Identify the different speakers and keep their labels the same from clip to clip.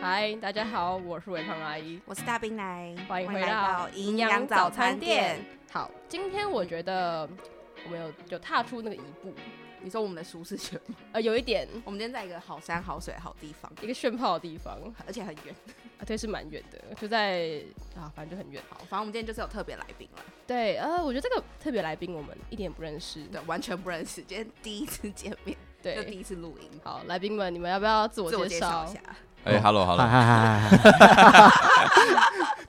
Speaker 1: 嗨，大家好，我是伟胖阿姨，
Speaker 2: 我是大兵来，
Speaker 1: 欢迎回
Speaker 2: 来
Speaker 1: 到
Speaker 2: 到营养早餐店。。
Speaker 1: 好，今天我觉得我们有有踏出那个一步，
Speaker 2: 你说我们的舒适圈，
Speaker 1: 呃，有一点
Speaker 2: 我们今天在一个好山好水好地方，
Speaker 1: 一个炫炮的地方，
Speaker 2: 而且很远。
Speaker 1: 啊，对，是蛮远的，就在啊，反正就很远。
Speaker 2: 好，反正我们今天就是有特别来宾了，对
Speaker 1: 对，呃，我觉得这个特别来宾我们一点也不认识，
Speaker 2: 对，完全不认识，今天第一次见面，就第
Speaker 1: 对。
Speaker 2: 一次录音。
Speaker 1: 好，来宾们，你们要不要自我
Speaker 2: 自我
Speaker 1: 介
Speaker 2: 介
Speaker 1: 绍
Speaker 2: 绍一？下，
Speaker 3: 哎、h e l l o
Speaker 4: 哦
Speaker 3: Hello，
Speaker 4: 嗨嗨嗨嗨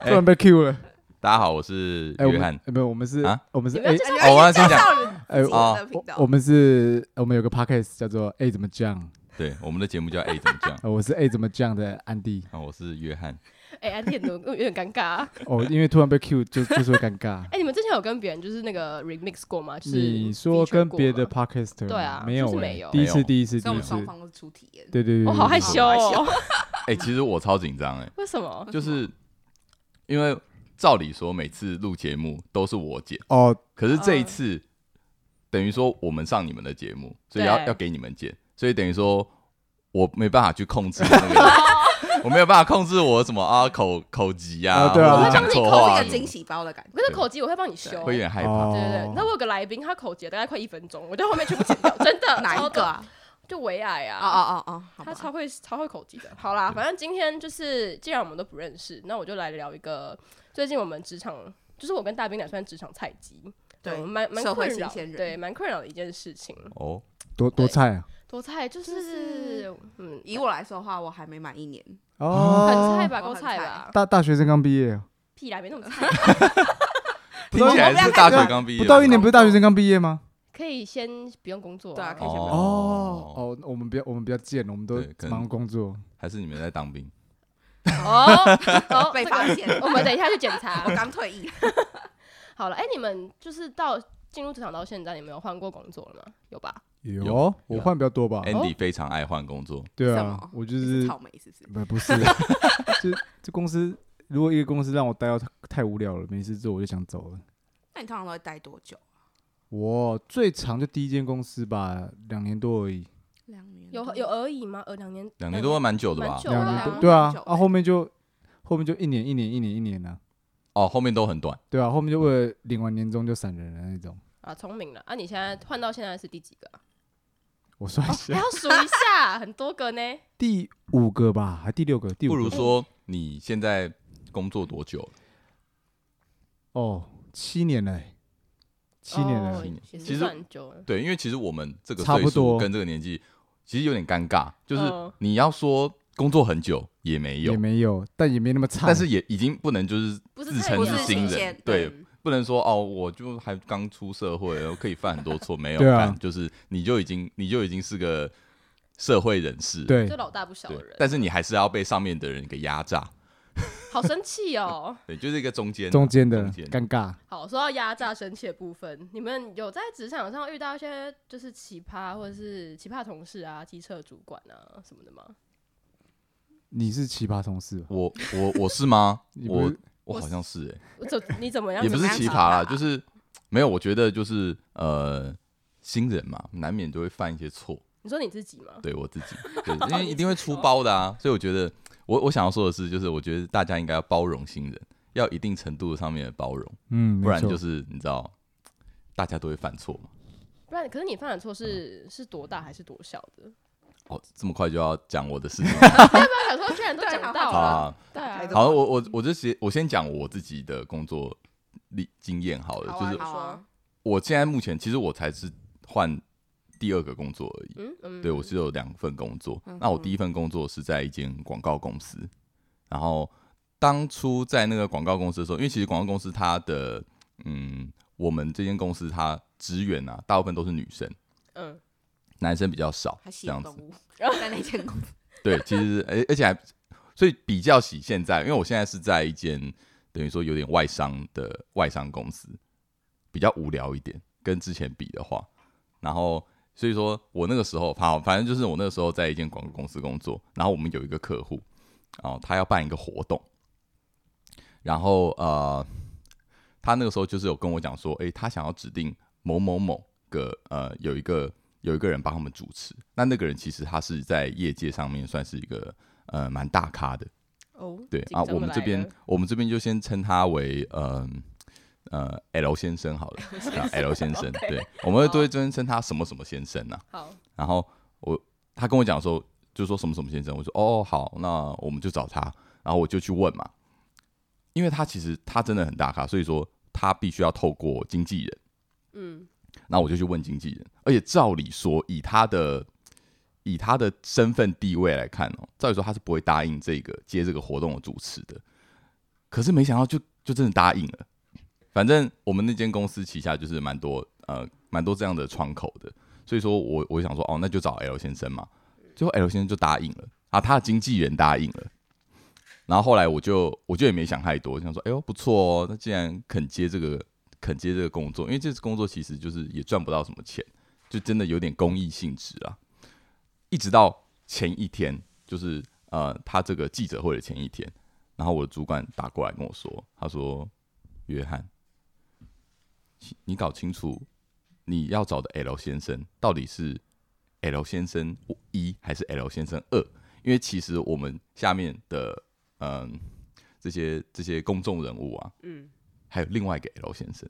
Speaker 4: 嗨！突然被 Q 了。
Speaker 3: 大家好，我是
Speaker 4: 哎，我
Speaker 3: 约
Speaker 4: 们
Speaker 3: 翰。
Speaker 4: 哎不，我们是
Speaker 3: 啊，
Speaker 4: 我们是
Speaker 1: 你们要
Speaker 4: 哎
Speaker 1: 介绍
Speaker 3: 哦我要先讲
Speaker 2: 介绍你
Speaker 4: 哎，我
Speaker 3: 哦
Speaker 2: 的频
Speaker 4: 我
Speaker 2: 道。
Speaker 4: 们是，我们有个 podcast 叫做 A 怎么降，
Speaker 3: 对，我们的节目 叫 A 怎么讲？
Speaker 4: 呃我是 A 怎么降的安迪。
Speaker 3: 啊，我是约翰。
Speaker 1: 哎，安迪很多有点尴尬 啊。。
Speaker 4: 哦，因为突然被 Q 就就是会尴尬
Speaker 1: 哎，你们之前有跟别人就是那个 remix 过吗？就是
Speaker 4: 你说跟
Speaker 1: feature
Speaker 4: 别的
Speaker 1: 过吗
Speaker 4: podcast
Speaker 1: 对啊
Speaker 4: 没
Speaker 1: 就
Speaker 4: 有
Speaker 1: 是
Speaker 4: 哎
Speaker 1: 没有
Speaker 4: 第一次
Speaker 3: 没有
Speaker 4: 第一次
Speaker 2: 所以我
Speaker 4: 第一
Speaker 2: 们双
Speaker 4: 次，
Speaker 2: 方都初体验，
Speaker 4: 对对对，
Speaker 1: 我
Speaker 4: 对
Speaker 1: 好害
Speaker 4: 对
Speaker 1: 羞哦。
Speaker 3: 哎、其实我超紧张哎，
Speaker 1: 为什么？
Speaker 3: 就是因为照理说每次录节目都是我剪，
Speaker 4: 哦，
Speaker 3: 可是这一次、
Speaker 4: 嗯
Speaker 3: 等于说我们上你们的节目，所以要
Speaker 1: 对
Speaker 3: 要给你们剪，所以等于说我没办法去控制那个， 我没有办法控制我什么啊口口疾啊，
Speaker 4: 啊对啊
Speaker 3: 或者讲错
Speaker 2: 扣
Speaker 3: 话
Speaker 2: 是
Speaker 3: 啊
Speaker 2: 一个
Speaker 3: 什
Speaker 2: 惊
Speaker 3: 么，
Speaker 2: 喜包的感觉。
Speaker 1: 可是口技我会帮你修，
Speaker 3: 会啊有
Speaker 1: 对
Speaker 3: 点害怕。
Speaker 4: 哦
Speaker 1: 对对。那我有个来宾，他口技大概快一分钟，我在后面全部剪掉，真的。
Speaker 2: 哪一
Speaker 1: 超
Speaker 2: 个
Speaker 1: 多？
Speaker 2: 啊？
Speaker 1: 就维矮
Speaker 2: 哦
Speaker 1: 啊。
Speaker 2: 哦哦哦，好
Speaker 1: 他
Speaker 2: 吧
Speaker 1: 超会超会口技的。好啦，反正今天就是，既然我们都不认识，那我就来聊一个最近我们职场，就是我跟大兵俩算职场菜鸡，
Speaker 2: 对
Speaker 1: 我们蛮蛮
Speaker 2: 社会
Speaker 1: 困扰
Speaker 2: 新鲜，人
Speaker 1: 对，蛮困扰的一件事情。
Speaker 3: 哦，
Speaker 4: 多多菜啊，
Speaker 1: 多菜就是、
Speaker 2: 就是
Speaker 1: 嗯，
Speaker 2: 以我来说的话，我还没满一年，
Speaker 1: 很菜
Speaker 4: 哦，
Speaker 1: 吧，
Speaker 2: 我
Speaker 1: 够
Speaker 2: 很
Speaker 1: 菜
Speaker 2: 菜
Speaker 1: 吧，
Speaker 4: 大大学生刚毕业哦，
Speaker 1: 屁啦，没那么 菜。
Speaker 3: 听起来是大学刚毕业
Speaker 4: 不
Speaker 3: 的，
Speaker 4: 到一年不是大学生刚毕业吗？
Speaker 1: 可以先不用工作、
Speaker 2: 对啊可以先不用
Speaker 4: 哦哦，我们比较我们比较贱，我们都
Speaker 3: 对可能
Speaker 4: 忙工作。
Speaker 3: 还是你们在当兵？
Speaker 1: 哦，哦，
Speaker 2: 被
Speaker 1: 这
Speaker 2: 发
Speaker 1: 个
Speaker 2: 现，
Speaker 1: 我们等一下去检查
Speaker 2: 我。刚退役。
Speaker 1: 好了，哎、你们就是到进入职场到现在，你们有换过工作了吗？有吧？
Speaker 3: 有
Speaker 4: 有，我换比较多吧。
Speaker 3: Andy 非常爱换工作，
Speaker 4: 对
Speaker 2: 什
Speaker 4: 啊
Speaker 2: 么，
Speaker 4: 我就
Speaker 2: 你
Speaker 4: 是
Speaker 2: 草莓是不是？
Speaker 4: 不不是， 就这公司如果一个公司让我待到太无聊了，没事做我就想走了。
Speaker 2: 那你通常都会待多久？
Speaker 4: 我最长就第一间公司吧，两年多而已，
Speaker 2: 两年
Speaker 1: 有有而已吗？呃，两年，
Speaker 3: 两年多蛮久的吧
Speaker 1: 蛮？久
Speaker 4: 两
Speaker 1: 啊
Speaker 4: 年多
Speaker 2: 蛮
Speaker 4: 对啊
Speaker 2: 久，的
Speaker 4: 啊后面就后面就一年一年一年一年啊，
Speaker 3: 哦，后面都很短，
Speaker 4: 对啊，后面就为了领完年终就闪人的那种。
Speaker 1: 啊，聪明了啊！你现在换到现在是第几 个啊？
Speaker 4: 我算一
Speaker 1: 还
Speaker 4: 下，
Speaker 1: 要数一下，很多个呢。
Speaker 4: 第五个吧，还第六个，第五
Speaker 3: 不
Speaker 4: 个
Speaker 3: 如说你现在工作多久了？
Speaker 4: 哦，七年了欸，七年了
Speaker 1: 哦，
Speaker 3: 七年
Speaker 1: 也
Speaker 3: 其
Speaker 1: 是
Speaker 3: 实
Speaker 1: 算久了。
Speaker 3: 对，因为其实我们这个
Speaker 4: 差
Speaker 3: 岁
Speaker 4: 不
Speaker 3: 数
Speaker 4: 多
Speaker 3: 跟这个年纪，其实有点尴尬，就是
Speaker 1: 嗯
Speaker 3: 你要说工作很久也没有
Speaker 4: 也，没有，但也没那么差。
Speaker 3: 但是也已经不能就是
Speaker 1: 不是
Speaker 3: 自
Speaker 1: 菜
Speaker 3: 称
Speaker 2: 鸟
Speaker 3: 是
Speaker 2: 不是
Speaker 3: 新
Speaker 2: 新
Speaker 3: 人
Speaker 2: 鲜，
Speaker 3: 对，
Speaker 1: 嗯
Speaker 3: 不能说哦，我就还刚出社会，然后可以犯很多错，没 有
Speaker 4: 对啊
Speaker 3: 干，就是你就已经你就已经是个社会人士，
Speaker 4: 对
Speaker 1: 就老大不小
Speaker 3: 对
Speaker 1: 的人，，
Speaker 3: 但是你还是要被上面的人给压榨，
Speaker 1: 好生气哦。
Speaker 3: 对，就是一个中间啊
Speaker 4: 中间的
Speaker 3: 中间
Speaker 4: 尴尬，
Speaker 1: 好，说到压榨生气的部分，你们有在职场上遇到一些就是奇葩或者是奇葩同事啊、机车主管啊什么的吗？
Speaker 4: 你是奇葩同事吧，？
Speaker 3: 我我我是吗
Speaker 4: 你不
Speaker 3: 我
Speaker 4: 是
Speaker 3: 我
Speaker 1: 我
Speaker 3: 好像是
Speaker 1: 我怎你怎么
Speaker 3: 哎、
Speaker 1: 样？
Speaker 3: 也不
Speaker 1: 怎
Speaker 3: 是
Speaker 1: 么样
Speaker 3: 奇葩啦，就是没有。我觉得就是呃，新人嘛，难免都会犯一些错。
Speaker 1: 你说你自己吗？
Speaker 3: 对我自己，对，因为一定会出包的啊。所以我觉得，我我想要说的是，就是我觉得大家应该要包容新人，要一定程度上面的包容，
Speaker 4: 嗯，
Speaker 3: 不然就是是你知道，大家都会犯错嘛。
Speaker 1: 不然，可是你犯的错是是多大还是多小的？
Speaker 3: 哦，这么快就要讲我的事情
Speaker 1: 他想说，居然都讲到
Speaker 3: 好
Speaker 1: 了，
Speaker 3: 啊？
Speaker 1: 对啊，
Speaker 2: 好
Speaker 3: 好，我我我就先我先讲我自己的工作历经验好了，
Speaker 1: 好
Speaker 3: 就
Speaker 1: 啊
Speaker 3: 是
Speaker 2: 好啊，
Speaker 3: 我现在目前其实我才是换第二个工作而已。
Speaker 1: 嗯嗯，
Speaker 3: 对我是有两份工作，那我第一份工作是在一间广告公司，然后当初在那个广告公司的时候，因为其实广告公司它的嗯，我们这间公司它职员啊，大部分都是女生，
Speaker 1: 嗯，
Speaker 3: 男生比较少，
Speaker 2: 他吸
Speaker 3: 这样
Speaker 2: 动
Speaker 3: 子。
Speaker 2: 物，在那间公司，
Speaker 3: 对，其实而而且还所以比较喜现在，因为我现在是在一间等于说有点外商的外商公司，比较无聊一点，跟之前比的话，然后所以说我那个时候，好，反正就是我那个时候在一间广告公司工作，然后我们有一个客户，哦，他要办一个活动，然后呃，他那个时候就是有跟我讲说，诶，他想要指定某某某个呃有一个有一个人帮他们主持。那那个人其实他是在业界上面算是一个呃蛮大咖的，
Speaker 1: 哦，
Speaker 3: 对
Speaker 1: 紧
Speaker 3: 啊，
Speaker 1: 张地
Speaker 3: 我们
Speaker 1: 来
Speaker 3: 这边
Speaker 1: 了
Speaker 3: 我们这边就先称他为呃呃 L 先生好了啊，L 先生，对，我们都会尊称他什么什么先生啊。
Speaker 1: 好，
Speaker 3: 然后我他跟我讲的时候，就说什么什么先生，我说哦好，那我们就找他，然后我就去问嘛，因为他其实他真的很大咖，所以说他必须要透过经纪人，
Speaker 1: 嗯，
Speaker 3: 那我就去问经纪人，而且照理说以他的。以他的身份地位来看哦，照理说他是不会答应这个接这个活动的主持的，可是没想到就就真的答应了。反正我们那间公司旗下就是蛮多呃蛮多这样的窗口的，所以说我我想说哦，那就找 L 先生嘛。最后 L 先生就答应了啊，他的经纪人答应了。然后后来我就我就也没想太多，我想说哎呦不错哦，那既然肯接这个肯接这个工作，因为这次工作其实就是也赚不到什么钱，就真的有点公益性质啊。一直到前一天，就是呃他这个记者会的前一天，然后我的主管打过来跟我说，他说约翰，请你搞清楚你要找的 L 先生到底是 L 先生一还是 L 先生二？因为其实我们下面的嗯、这些这些公众人物啊，
Speaker 1: 嗯，
Speaker 3: 还有另外一个 L 先生，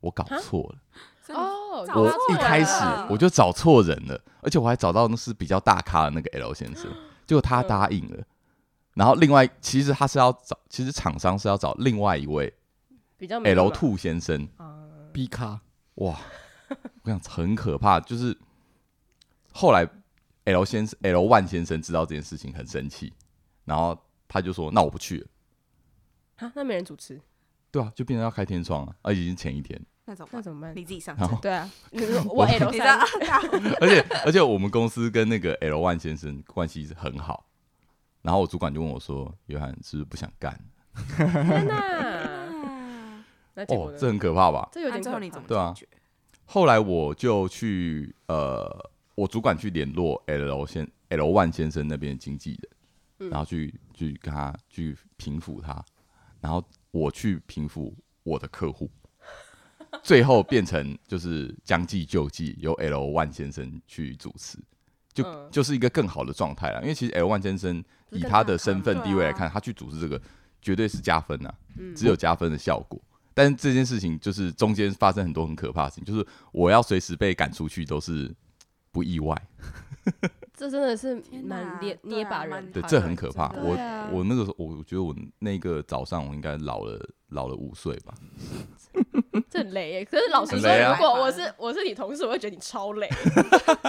Speaker 3: 我搞错了，
Speaker 2: 真的
Speaker 1: 哦，
Speaker 2: 找
Speaker 3: 我
Speaker 2: 他错
Speaker 3: 一
Speaker 2: 人
Speaker 3: 开始
Speaker 2: 了
Speaker 3: 我就找错人了，而且我还找到那是比较大咖的那个 L 先生，结果他答应了。然后另外，其实他是要找，其实厂商是要找另外一位
Speaker 1: 比较没有
Speaker 3: L
Speaker 1: 嘛
Speaker 3: 兔先生，
Speaker 1: 啊，
Speaker 4: B 卡
Speaker 3: 哇，我想很可怕，就是后来 L 先生 L 万先生知道这件事情很生气，然后他就说：“那我不去了。
Speaker 1: 啊那没人主持，”
Speaker 3: 对啊，就变成要开天窗了，啊，已经前一天，
Speaker 2: 那怎么
Speaker 1: 那
Speaker 2: 办？
Speaker 1: 怎么办？
Speaker 2: 你自己上
Speaker 3: 然
Speaker 2: 阵
Speaker 3: 后。
Speaker 1: 对啊，你 说我 L
Speaker 2: 你知
Speaker 1: 三
Speaker 2: 道，大家
Speaker 3: 而且而且我们公司跟那个 L 万先生关系很好，然后我主管就问我说：“约翰是不是不想干
Speaker 1: 天哪，
Speaker 2: 嗯
Speaker 1: 那？”结果
Speaker 3: 哦，
Speaker 1: 呢
Speaker 3: 这很可怕吧？
Speaker 1: 这有
Speaker 2: 那
Speaker 1: 点
Speaker 2: 最
Speaker 1: 可
Speaker 2: 后你怎么
Speaker 1: 怕，
Speaker 3: 对啊
Speaker 2: 解决？
Speaker 3: 后来我就去呃，我主管去联络 L 先 L 万先生那边的经纪人，
Speaker 1: 嗯
Speaker 3: 然后去去跟他去平复他，然后我去平复我的客户，最后变成就是将计就计，由 L 万先生去主持，就、
Speaker 1: 嗯
Speaker 3: 就是一个更好的状态了。因为其实 L 万先生
Speaker 1: 不是
Speaker 3: 以
Speaker 1: 更
Speaker 3: 他
Speaker 1: 大
Speaker 3: 的
Speaker 1: 咖
Speaker 3: 身
Speaker 1: 吗
Speaker 3: 份
Speaker 2: 对
Speaker 3: 地位来
Speaker 2: 啊
Speaker 3: 看，他去主持这个绝对是加分啊。
Speaker 1: 嗯，
Speaker 3: 只有加分的效果。但这件事情就是中间发生很多很可怕的事情，就是我要随时被赶出去都是不意外，
Speaker 1: 这真的是
Speaker 2: 天
Speaker 1: 蛮
Speaker 2: 哪
Speaker 1: 捏
Speaker 2: 对
Speaker 1: 捏
Speaker 2: 啊
Speaker 1: 把
Speaker 2: 蛮
Speaker 1: 人
Speaker 3: 对，
Speaker 2: 好
Speaker 3: 这
Speaker 2: 像
Speaker 3: 很
Speaker 2: 也
Speaker 3: 可
Speaker 2: 真
Speaker 3: 怕。
Speaker 2: 的
Speaker 3: 我
Speaker 1: 对啊
Speaker 3: 我那个时候，我觉得我那个早上我应该老了老了五岁吧，
Speaker 1: 这很累耶。可是老实
Speaker 3: 很
Speaker 1: 说，
Speaker 3: 累啊
Speaker 1: 如果我是我是你同事，我会觉得你超 累，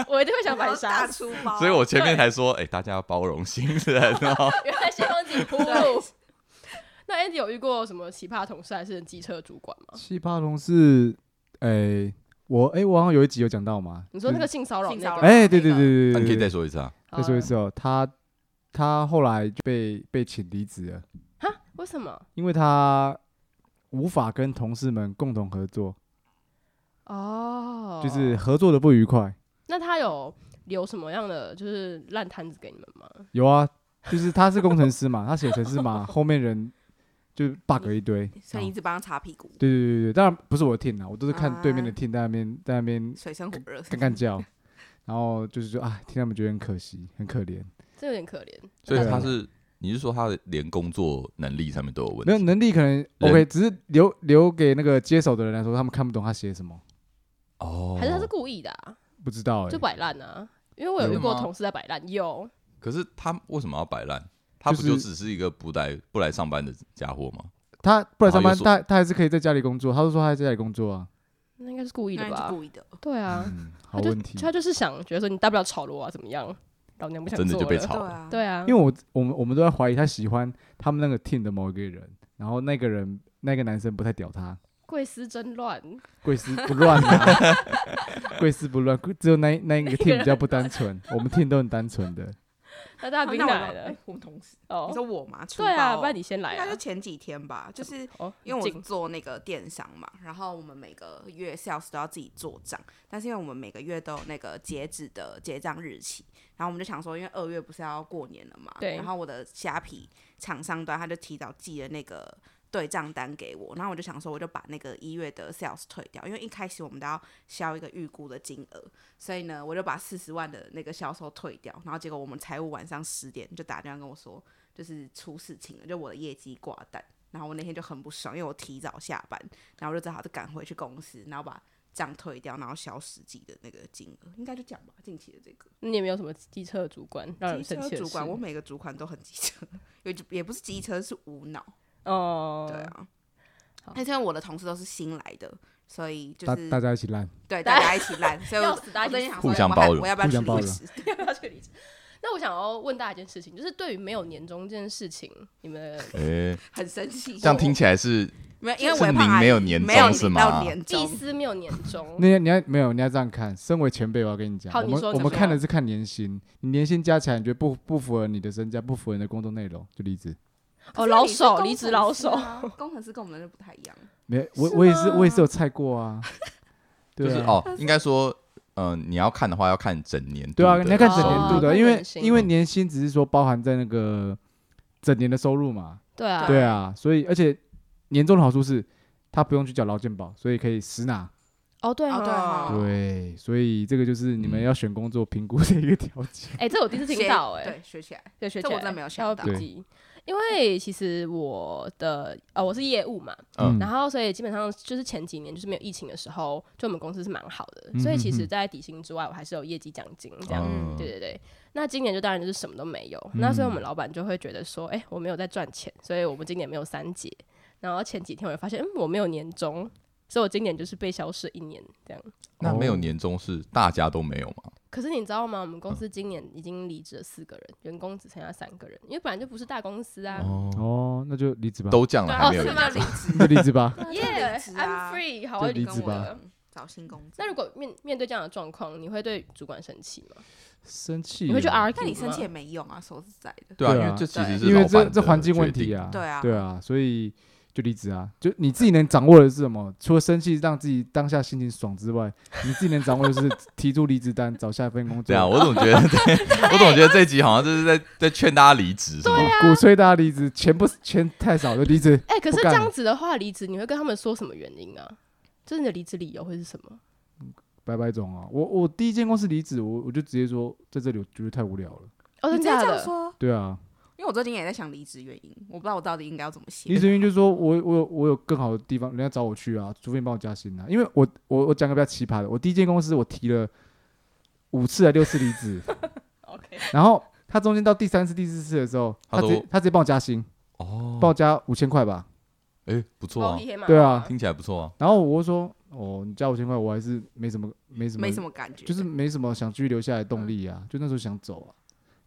Speaker 1: 我一定会想把你杀
Speaker 2: 大
Speaker 1: 死。
Speaker 2: 出包，
Speaker 3: 所以我前面才说，哎、大家要包容新人 哦。
Speaker 1: 原来先帮自己铺路。 那 Andy 有遇过什么奇葩同事还是机车主管吗？
Speaker 4: 奇葩同事，哎，我哎，我好像有一集有讲到嘛，
Speaker 1: 你说那
Speaker 4: 就
Speaker 1: 个
Speaker 4: 是
Speaker 1: 性骚扰
Speaker 2: 嗯性
Speaker 1: 那
Speaker 2: 骚
Speaker 1: 个
Speaker 2: 扰
Speaker 4: 哎，对对对对
Speaker 3: 那、
Speaker 4: 对，
Speaker 3: 你可以
Speaker 4: 对
Speaker 3: 再说一次啊？
Speaker 1: 好
Speaker 4: 再说一次哦，他他后来就被被请离职了，
Speaker 1: 哈？为什么？
Speaker 4: 因为他无法跟同事们共同合作，
Speaker 1: 哦，
Speaker 4: 就是合作的不愉快。
Speaker 1: 那他有留什么样的就是烂摊子给你们吗？
Speaker 4: 有啊，就是他是工程师嘛，他 写程式嘛，后面人就 bug 一堆。
Speaker 2: 所以你一
Speaker 4: 然后
Speaker 2: 直帮他擦屁股，
Speaker 4: 对对对对，当然不是我的 team 啦，我都是看对面的
Speaker 2: 啊
Speaker 4: team 在那边在那边
Speaker 2: 水深火热。
Speaker 4: 干干叫，然后就是说啊，听他们觉得很可惜，很可怜，
Speaker 1: 这有点可怜。
Speaker 3: 所以
Speaker 4: 对啊
Speaker 3: 他是，你是说他的连工作能力上面都有问
Speaker 4: 没有
Speaker 3: 题？
Speaker 4: 能力可能 OK，只是留留给那个接手的人来说，他们看不懂他写什么，
Speaker 3: 哦，
Speaker 1: 还是他是故意的、啊，
Speaker 4: 不知道哎、
Speaker 1: 就摆烂啊？因为我有遇
Speaker 3: 有
Speaker 1: 过
Speaker 3: 吗
Speaker 1: 同事在摆烂，有
Speaker 3: 可是他为什么要摆烂？他不
Speaker 4: 就是
Speaker 3: 就只是一个不来不来上班的家伙吗？
Speaker 4: 他不然上
Speaker 3: 然后又
Speaker 4: 班，
Speaker 3: 说
Speaker 4: 他他还是可以在家里工作，他就说他还在家里工作啊，
Speaker 1: 那应该是故意
Speaker 2: 那
Speaker 1: 的
Speaker 2: 你是
Speaker 1: 吧？
Speaker 2: 故意的，
Speaker 1: 对啊，
Speaker 4: 嗯，好
Speaker 1: 他就
Speaker 4: 问题。
Speaker 1: 他就是想觉得说你大不了炒了我啊，怎么样？老 娘不想
Speaker 3: 真的
Speaker 1: 做
Speaker 3: 就被
Speaker 1: 了
Speaker 3: 炒
Speaker 2: 对
Speaker 3: 好
Speaker 2: 啊，
Speaker 1: 对啊，
Speaker 4: 因为我我们我们都在怀疑他喜欢他们那个 team 的某一个人，然后那个人那个男生不太屌他，
Speaker 1: 贵司真乱，
Speaker 4: 贵司不乱 啊，贵司不乱，只有那那一
Speaker 1: 那
Speaker 4: 个
Speaker 1: 个
Speaker 4: team 比较不单纯，我们 team 都很单纯的。
Speaker 1: 那大兵
Speaker 2: 那我
Speaker 1: 哪来
Speaker 2: 哎
Speaker 1: 的？
Speaker 2: 我们同事，你
Speaker 1: 哦，
Speaker 2: 说我吗？出
Speaker 1: 对啊，
Speaker 2: 包
Speaker 1: 不然你先来
Speaker 2: 应该就
Speaker 1: 啊。
Speaker 2: 前几天吧，就是
Speaker 1: 哦，
Speaker 2: 因为我
Speaker 1: 进
Speaker 2: 做那个电商嘛，然后我们每个月 sales 都要自己做账，但是因为我们每个月都有那个截止的结账日期，然后我们就想说，因为二月不是要过年了嘛，
Speaker 1: 对
Speaker 2: 然后我的虾皮厂商端他就提早寄了那个对账单给我，然后我就想说，我就把那个一月的 sales 退掉，因为一开始我们都要销一个预估的金额，所以呢，我就把四十万的那个销售退掉，然后结果我们财务晚上十点就打电话跟我说，就是出事情了，就我的业绩挂单，然后我那天就很不爽，因为我提早下班，然后我就只好就赶回去公司，然后把账退掉，然后销实际的那个金额，应该就讲吧，近期的这个。
Speaker 1: 你也没有什么机车的主管让人
Speaker 2: 机
Speaker 1: 生
Speaker 2: 车
Speaker 1: 气的
Speaker 2: 主
Speaker 1: 事
Speaker 2: 管，我每个主管都很机车， 也就也不是机车，是无脑。
Speaker 1: 哦，
Speaker 2: 对啊
Speaker 1: 好，
Speaker 2: 而且我的同事都是新来的，所以就
Speaker 4: 大
Speaker 2: 是
Speaker 4: 大家一起烂，
Speaker 2: 对大家一 起烂，所以我
Speaker 1: 要死大
Speaker 2: 我
Speaker 1: 家一
Speaker 2: 最近
Speaker 1: 起
Speaker 2: 想
Speaker 3: 互
Speaker 2: 说
Speaker 3: 相
Speaker 2: 我
Speaker 3: 包
Speaker 2: 还
Speaker 3: 容
Speaker 2: 我要不要
Speaker 4: 互
Speaker 2: 去
Speaker 4: 相包
Speaker 2: 离
Speaker 4: 容
Speaker 2: 职？
Speaker 1: 要去离职。 那我想要问大家一件事情，就是对于没有年终这件事情，你 们
Speaker 3: 诶、
Speaker 2: 很生气，
Speaker 3: 这样听起来是
Speaker 2: 没有，因为
Speaker 3: 是
Speaker 2: 我也怕
Speaker 3: 您
Speaker 2: 阿姨
Speaker 3: 没有年
Speaker 2: 没
Speaker 3: 终
Speaker 2: 有
Speaker 3: 是
Speaker 2: 领
Speaker 3: 吗
Speaker 2: 到年
Speaker 1: 祭
Speaker 2: 终
Speaker 1: 司没有年终
Speaker 4: 那，天你要没有，你要这样看。身为前辈，我要跟你讲，
Speaker 1: 哦好
Speaker 4: 我
Speaker 1: 你
Speaker 4: 们
Speaker 1: 说
Speaker 4: 我
Speaker 1: 怎么
Speaker 4: 们看
Speaker 1: 样
Speaker 4: 的是看年薪，你年薪加起来，你觉得不不符合你的身价，不符合你的工作内容，就离职。
Speaker 1: 哦，老手离职老手，，
Speaker 2: 工程师跟我们就不太一样。
Speaker 4: 没，我
Speaker 1: 是
Speaker 4: 我也是我也是
Speaker 1: 吗
Speaker 4: 有菜过 啊，对
Speaker 3: 就
Speaker 4: 啊
Speaker 3: 是哦，应该说，嗯、你要看的话要看整年度的
Speaker 4: 对啊，你要看整
Speaker 1: 收
Speaker 4: 年
Speaker 1: 入
Speaker 4: 度的，
Speaker 1: 哦
Speaker 4: 因
Speaker 1: 不
Speaker 4: 为
Speaker 1: 能行
Speaker 4: 因为年薪只是说包含在那个整年的收入嘛，
Speaker 1: 对啊，
Speaker 4: 对啊，所以而且年终的好处是，他不用去缴劳健保，所以可以实拿。
Speaker 1: 哦对
Speaker 2: 哦对
Speaker 1: 哈
Speaker 2: 哈，
Speaker 4: 对，所以这个就是你们
Speaker 3: 嗯
Speaker 4: 要选工作评估的一个条件。
Speaker 1: 哎，这我第一次听
Speaker 2: 学
Speaker 1: 到，哎，
Speaker 2: 对，学起来。
Speaker 1: 对，学
Speaker 2: 这
Speaker 1: 姐，
Speaker 2: 我真的没有想
Speaker 1: 要
Speaker 2: 到
Speaker 1: 笔
Speaker 4: 对
Speaker 1: 记，因为其实我的呃我是业务嘛，
Speaker 3: 嗯
Speaker 1: 然后所以基本上就是前几年就是没有疫情的时候，就我们公司是蛮好的，所以其
Speaker 4: 嗯嗯
Speaker 1: 实，
Speaker 4: 嗯
Speaker 1: 在底薪之外，我还是有业绩奖金这样。
Speaker 3: 嗯
Speaker 1: 哦对对对，那今年就当然就是什么都没有，那所以我们老板就会觉得说，哎、我没有在赚钱，所以我们今年没有三节。然后前几天我就发现，嗯，我没有年终，所以我今年就是被消失一年这样。
Speaker 3: 那没有年终是大家都没有吗？
Speaker 1: 可是你知道吗？我们公司今年已经离职了四个人，员工只剩下三个人，因为本来就不是大公司啊。
Speaker 3: 哦，
Speaker 4: 哦，那就离职吧，
Speaker 3: 都降了
Speaker 1: 对
Speaker 3: 还
Speaker 1: 哦
Speaker 3: 没有
Speaker 1: 是
Speaker 3: 年
Speaker 1: 吗
Speaker 3: 终，
Speaker 2: 离 职，
Speaker 4: 那就离职吧。
Speaker 1: 耶、
Speaker 2: 就离职
Speaker 1: i
Speaker 2: 啊
Speaker 1: m free，好，
Speaker 4: 就
Speaker 1: 我
Speaker 4: 离
Speaker 1: 跟
Speaker 4: 职
Speaker 1: 我
Speaker 4: 吧
Speaker 1: 了。
Speaker 2: 找新工作
Speaker 1: 那。如果面面对这样的状况，你会对主管生气吗？
Speaker 4: 生气了，
Speaker 1: 你会去 argue
Speaker 2: 那你生气也
Speaker 1: 吗？
Speaker 2: 没用啊，说实在的。
Speaker 3: 对啊，
Speaker 4: 对
Speaker 3: 因
Speaker 4: 啊
Speaker 3: 为这其实是
Speaker 4: 因为
Speaker 3: 老板
Speaker 4: 这
Speaker 3: 的
Speaker 4: 这环境问
Speaker 3: 决定
Speaker 4: 题啊，
Speaker 2: 对啊
Speaker 4: 对啊，所以就离职啊。就你自己能掌握的是什么？ 除了生气让自己当下心情爽之外，你自己能掌握的是提出离职单，找下一份工作。
Speaker 3: 对啊，我总觉得，对 我总觉得这一集好像就是在在劝大家离职，是吗？
Speaker 1: 啊
Speaker 4: 鼓吹大家离职，钱 不钱太少就离职。
Speaker 1: 哎、可
Speaker 4: 不
Speaker 1: 是这
Speaker 4: 干
Speaker 1: 样
Speaker 4: 了
Speaker 1: 子的话，离职你会跟他们说什么原因啊？就是你的离职理由会是什么？
Speaker 4: 拜拜总啊，我我第一间公司离职，我我就直接说在这里我觉得太无聊了。
Speaker 1: 哦，
Speaker 2: 你
Speaker 1: 真的
Speaker 2: 直接
Speaker 1: 假
Speaker 2: 这样
Speaker 1: 的？
Speaker 2: 说，
Speaker 4: 对啊，
Speaker 2: 因为我最近也在想离职原因，我不知道我到底应该要怎么写。
Speaker 4: 离职原因就是说我我有我有更好的地方，人家找我去啊，除非你帮我加薪啊。因为我我我讲个比较奇葩的，我第一间公司我提了五次还六次离 职。
Speaker 1: OK，
Speaker 4: 然后他中间到第三次、第四次的时候，
Speaker 3: 他
Speaker 4: 他直
Speaker 3: 说
Speaker 4: 接他直接帮我加薪，
Speaker 3: 哦，
Speaker 4: 帮我加五千块吧。
Speaker 3: 哎，不错啊，
Speaker 4: 对啊
Speaker 3: 听起来不错啊。
Speaker 4: 然后我就说：“哦，你加五千块，我还是没什么，没什么，
Speaker 2: 没什么嗯感觉，
Speaker 4: 就是没什么想继续留下来的动力啊。就那时候想走啊，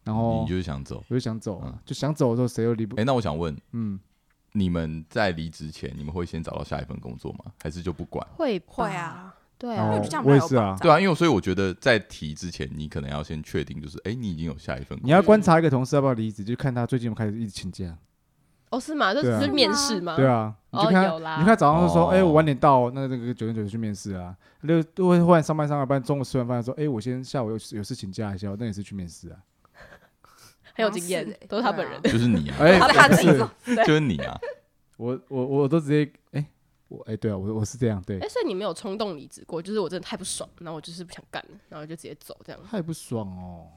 Speaker 4: 然后
Speaker 3: 你就是想走，
Speaker 4: 我就想走啊，就想走的时候谁又离不
Speaker 3: 哎，那我想问，
Speaker 4: 嗯，
Speaker 3: 你们在离职前，你们会先找到下一份工作吗？还是就不管？
Speaker 1: 会
Speaker 2: 会
Speaker 1: 吧
Speaker 2: 啊，
Speaker 1: 对
Speaker 4: 然
Speaker 1: 啊，
Speaker 2: 因为
Speaker 4: 后
Speaker 2: 就这样
Speaker 4: 我也
Speaker 2: 蛮有
Speaker 4: 是啊
Speaker 2: 保障，
Speaker 3: 对啊，因为所以我觉得在提之前，你可能要先确定，就是哎，你已经有下一份工
Speaker 4: 你
Speaker 3: 作，
Speaker 4: 要观察一个同事要不要离职，就看他最近有没有开始一直请假。
Speaker 1: 哦是吗？就
Speaker 4: 对
Speaker 1: 只
Speaker 4: 啊
Speaker 1: 是面试吗？
Speaker 4: 对啊，你就
Speaker 1: 哦
Speaker 4: 看
Speaker 1: 有
Speaker 4: 他，
Speaker 1: 啦
Speaker 4: 你看他早上就说：
Speaker 3: 哦
Speaker 4: 哎，我晚点到哦，那这个九点九去面试啊。六都会忽然上班上个班，中午吃完饭说：哎，我先下午有有事请假一下哦，那也是去面试啊。
Speaker 1: 很有经验
Speaker 2: 好像是欸
Speaker 1: 都是他本人
Speaker 3: 就是你啊，
Speaker 4: 哎，
Speaker 2: 他怕
Speaker 4: 不
Speaker 2: 自己
Speaker 4: 是
Speaker 2: 走
Speaker 3: 就是你啊，
Speaker 4: 我我我都直接哎、我哎、对啊，我我是这样对
Speaker 1: 哎、，所以你没有冲动离职过，就是我真的太不爽，然后我就是不想干了，然后就直接走这样。
Speaker 4: 太不爽哦。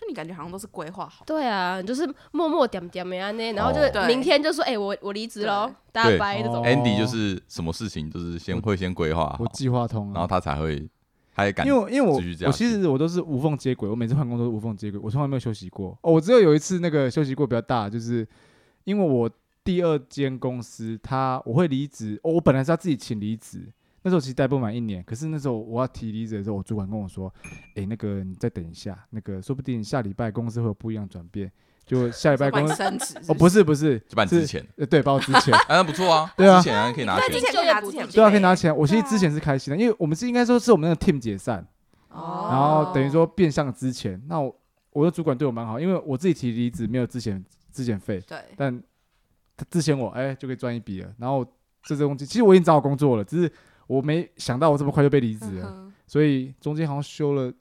Speaker 2: 就你感觉好像都是规划好，
Speaker 1: 对啊，你就是默默点点没安呢，然后就
Speaker 3: 哦
Speaker 1: 是明天就说，哎、我我离职喽，大
Speaker 3: 对
Speaker 1: 家拜这
Speaker 4: 哦
Speaker 1: 种。
Speaker 3: Andy 就是什么事情就是先会先规划好
Speaker 4: 我，计划通
Speaker 3: 然后
Speaker 4: 啊，
Speaker 3: 他才会，他也敢
Speaker 4: 因为我因为我
Speaker 3: 继续这
Speaker 4: 我
Speaker 3: 样
Speaker 4: 其实我都是无缝接轨，我每次换工都是无缝接轨，我从来没有休息过。哦，我只有有一次那个休息过比较大，就是因为我第二间公司他我会离职、哦，我本来是要自己请离职。那时候其实待不满一年，可是那时候我要提离职的时候，我主管跟我说：“哎、那个你再等一下，那个说不定下礼拜公司会有不一样的转变，就下礼拜
Speaker 2: 要不然
Speaker 4: 公
Speaker 2: 你
Speaker 4: 司
Speaker 2: 升职
Speaker 4: 哦不是不是，
Speaker 3: 就把你之前，
Speaker 4: 呃，对，把我 之前，
Speaker 3: 哎，那不错啊，
Speaker 4: 对啊
Speaker 3: 之前还可以拿
Speaker 2: 对
Speaker 3: 钱
Speaker 2: 之，前可以拿之前
Speaker 1: 对
Speaker 4: 对啊，可以拿
Speaker 2: 钱
Speaker 4: 钱。我其实
Speaker 2: 对啊
Speaker 4: 之前是开心的，因为我们是应该说是我们那个 team 解散，
Speaker 2: 哦
Speaker 4: 然后等于说变相之前，那我我的主管对我蛮好，因为我自己提离职没有之前之前费，
Speaker 2: 对，
Speaker 4: 但他之前我哎、就可以赚一笔了。然后这这东西，其实我已经找好工作了，只是我没想到我这么快就被离职
Speaker 2: 嗯
Speaker 4: 了，
Speaker 2: 哼
Speaker 4: 所以中间好像休了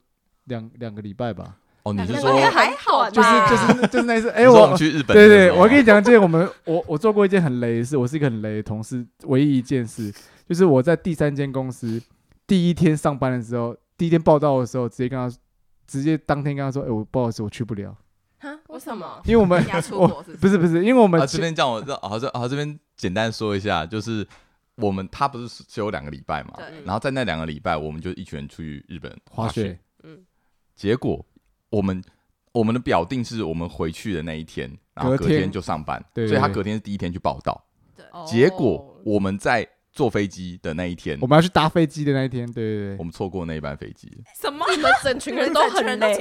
Speaker 4: 两两个礼拜吧。
Speaker 3: 哦，你是
Speaker 1: 那
Speaker 3: 说
Speaker 1: 个
Speaker 2: 还好
Speaker 4: 就是
Speaker 2: 吧
Speaker 4: 就是就是那一次， 哎、
Speaker 3: 你啊说我
Speaker 4: 我
Speaker 3: 们去日本的
Speaker 4: 对
Speaker 3: 时候？
Speaker 4: 对，我跟你讲一件我们 我我做过一件很雷的事，我是一个很雷的同事，唯一一件事就是我在第三间公司第一天上班的时候，第一天报道的时候，直接跟他直接当天跟他说，哎、我不好意思，我去不了，
Speaker 1: 哈，为
Speaker 2: 为
Speaker 1: 什
Speaker 2: 什
Speaker 1: 么
Speaker 2: 么？
Speaker 4: 因为我 们
Speaker 2: 你要出
Speaker 4: 我
Speaker 2: 国是不是？
Speaker 4: 不是不是，因为我们
Speaker 3: 啊，
Speaker 4: 去
Speaker 3: 这边这样我这好这好这边简单说一下，就是我们他不是只有两个礼拜嘛，
Speaker 2: 对
Speaker 3: 然后在那两个礼拜，我们就一群人出去日本
Speaker 4: 滑
Speaker 3: 雪
Speaker 4: 雪，
Speaker 3: 结果我们我们的表定是我们回去的那一天，然后
Speaker 4: 隔
Speaker 3: 隔天
Speaker 4: 天
Speaker 3: 就上班，
Speaker 4: 对
Speaker 3: 所以他
Speaker 4: 对
Speaker 3: 隔天是第一天去报道。
Speaker 1: 哦
Speaker 3: 结果我们在坐飞机的那一天，
Speaker 4: 我们要去搭飞机的那一天，对对
Speaker 3: 我
Speaker 4: 对，
Speaker 3: 们错过那一班 飞机，
Speaker 2: 什么？
Speaker 1: 你们整群人都很累耶，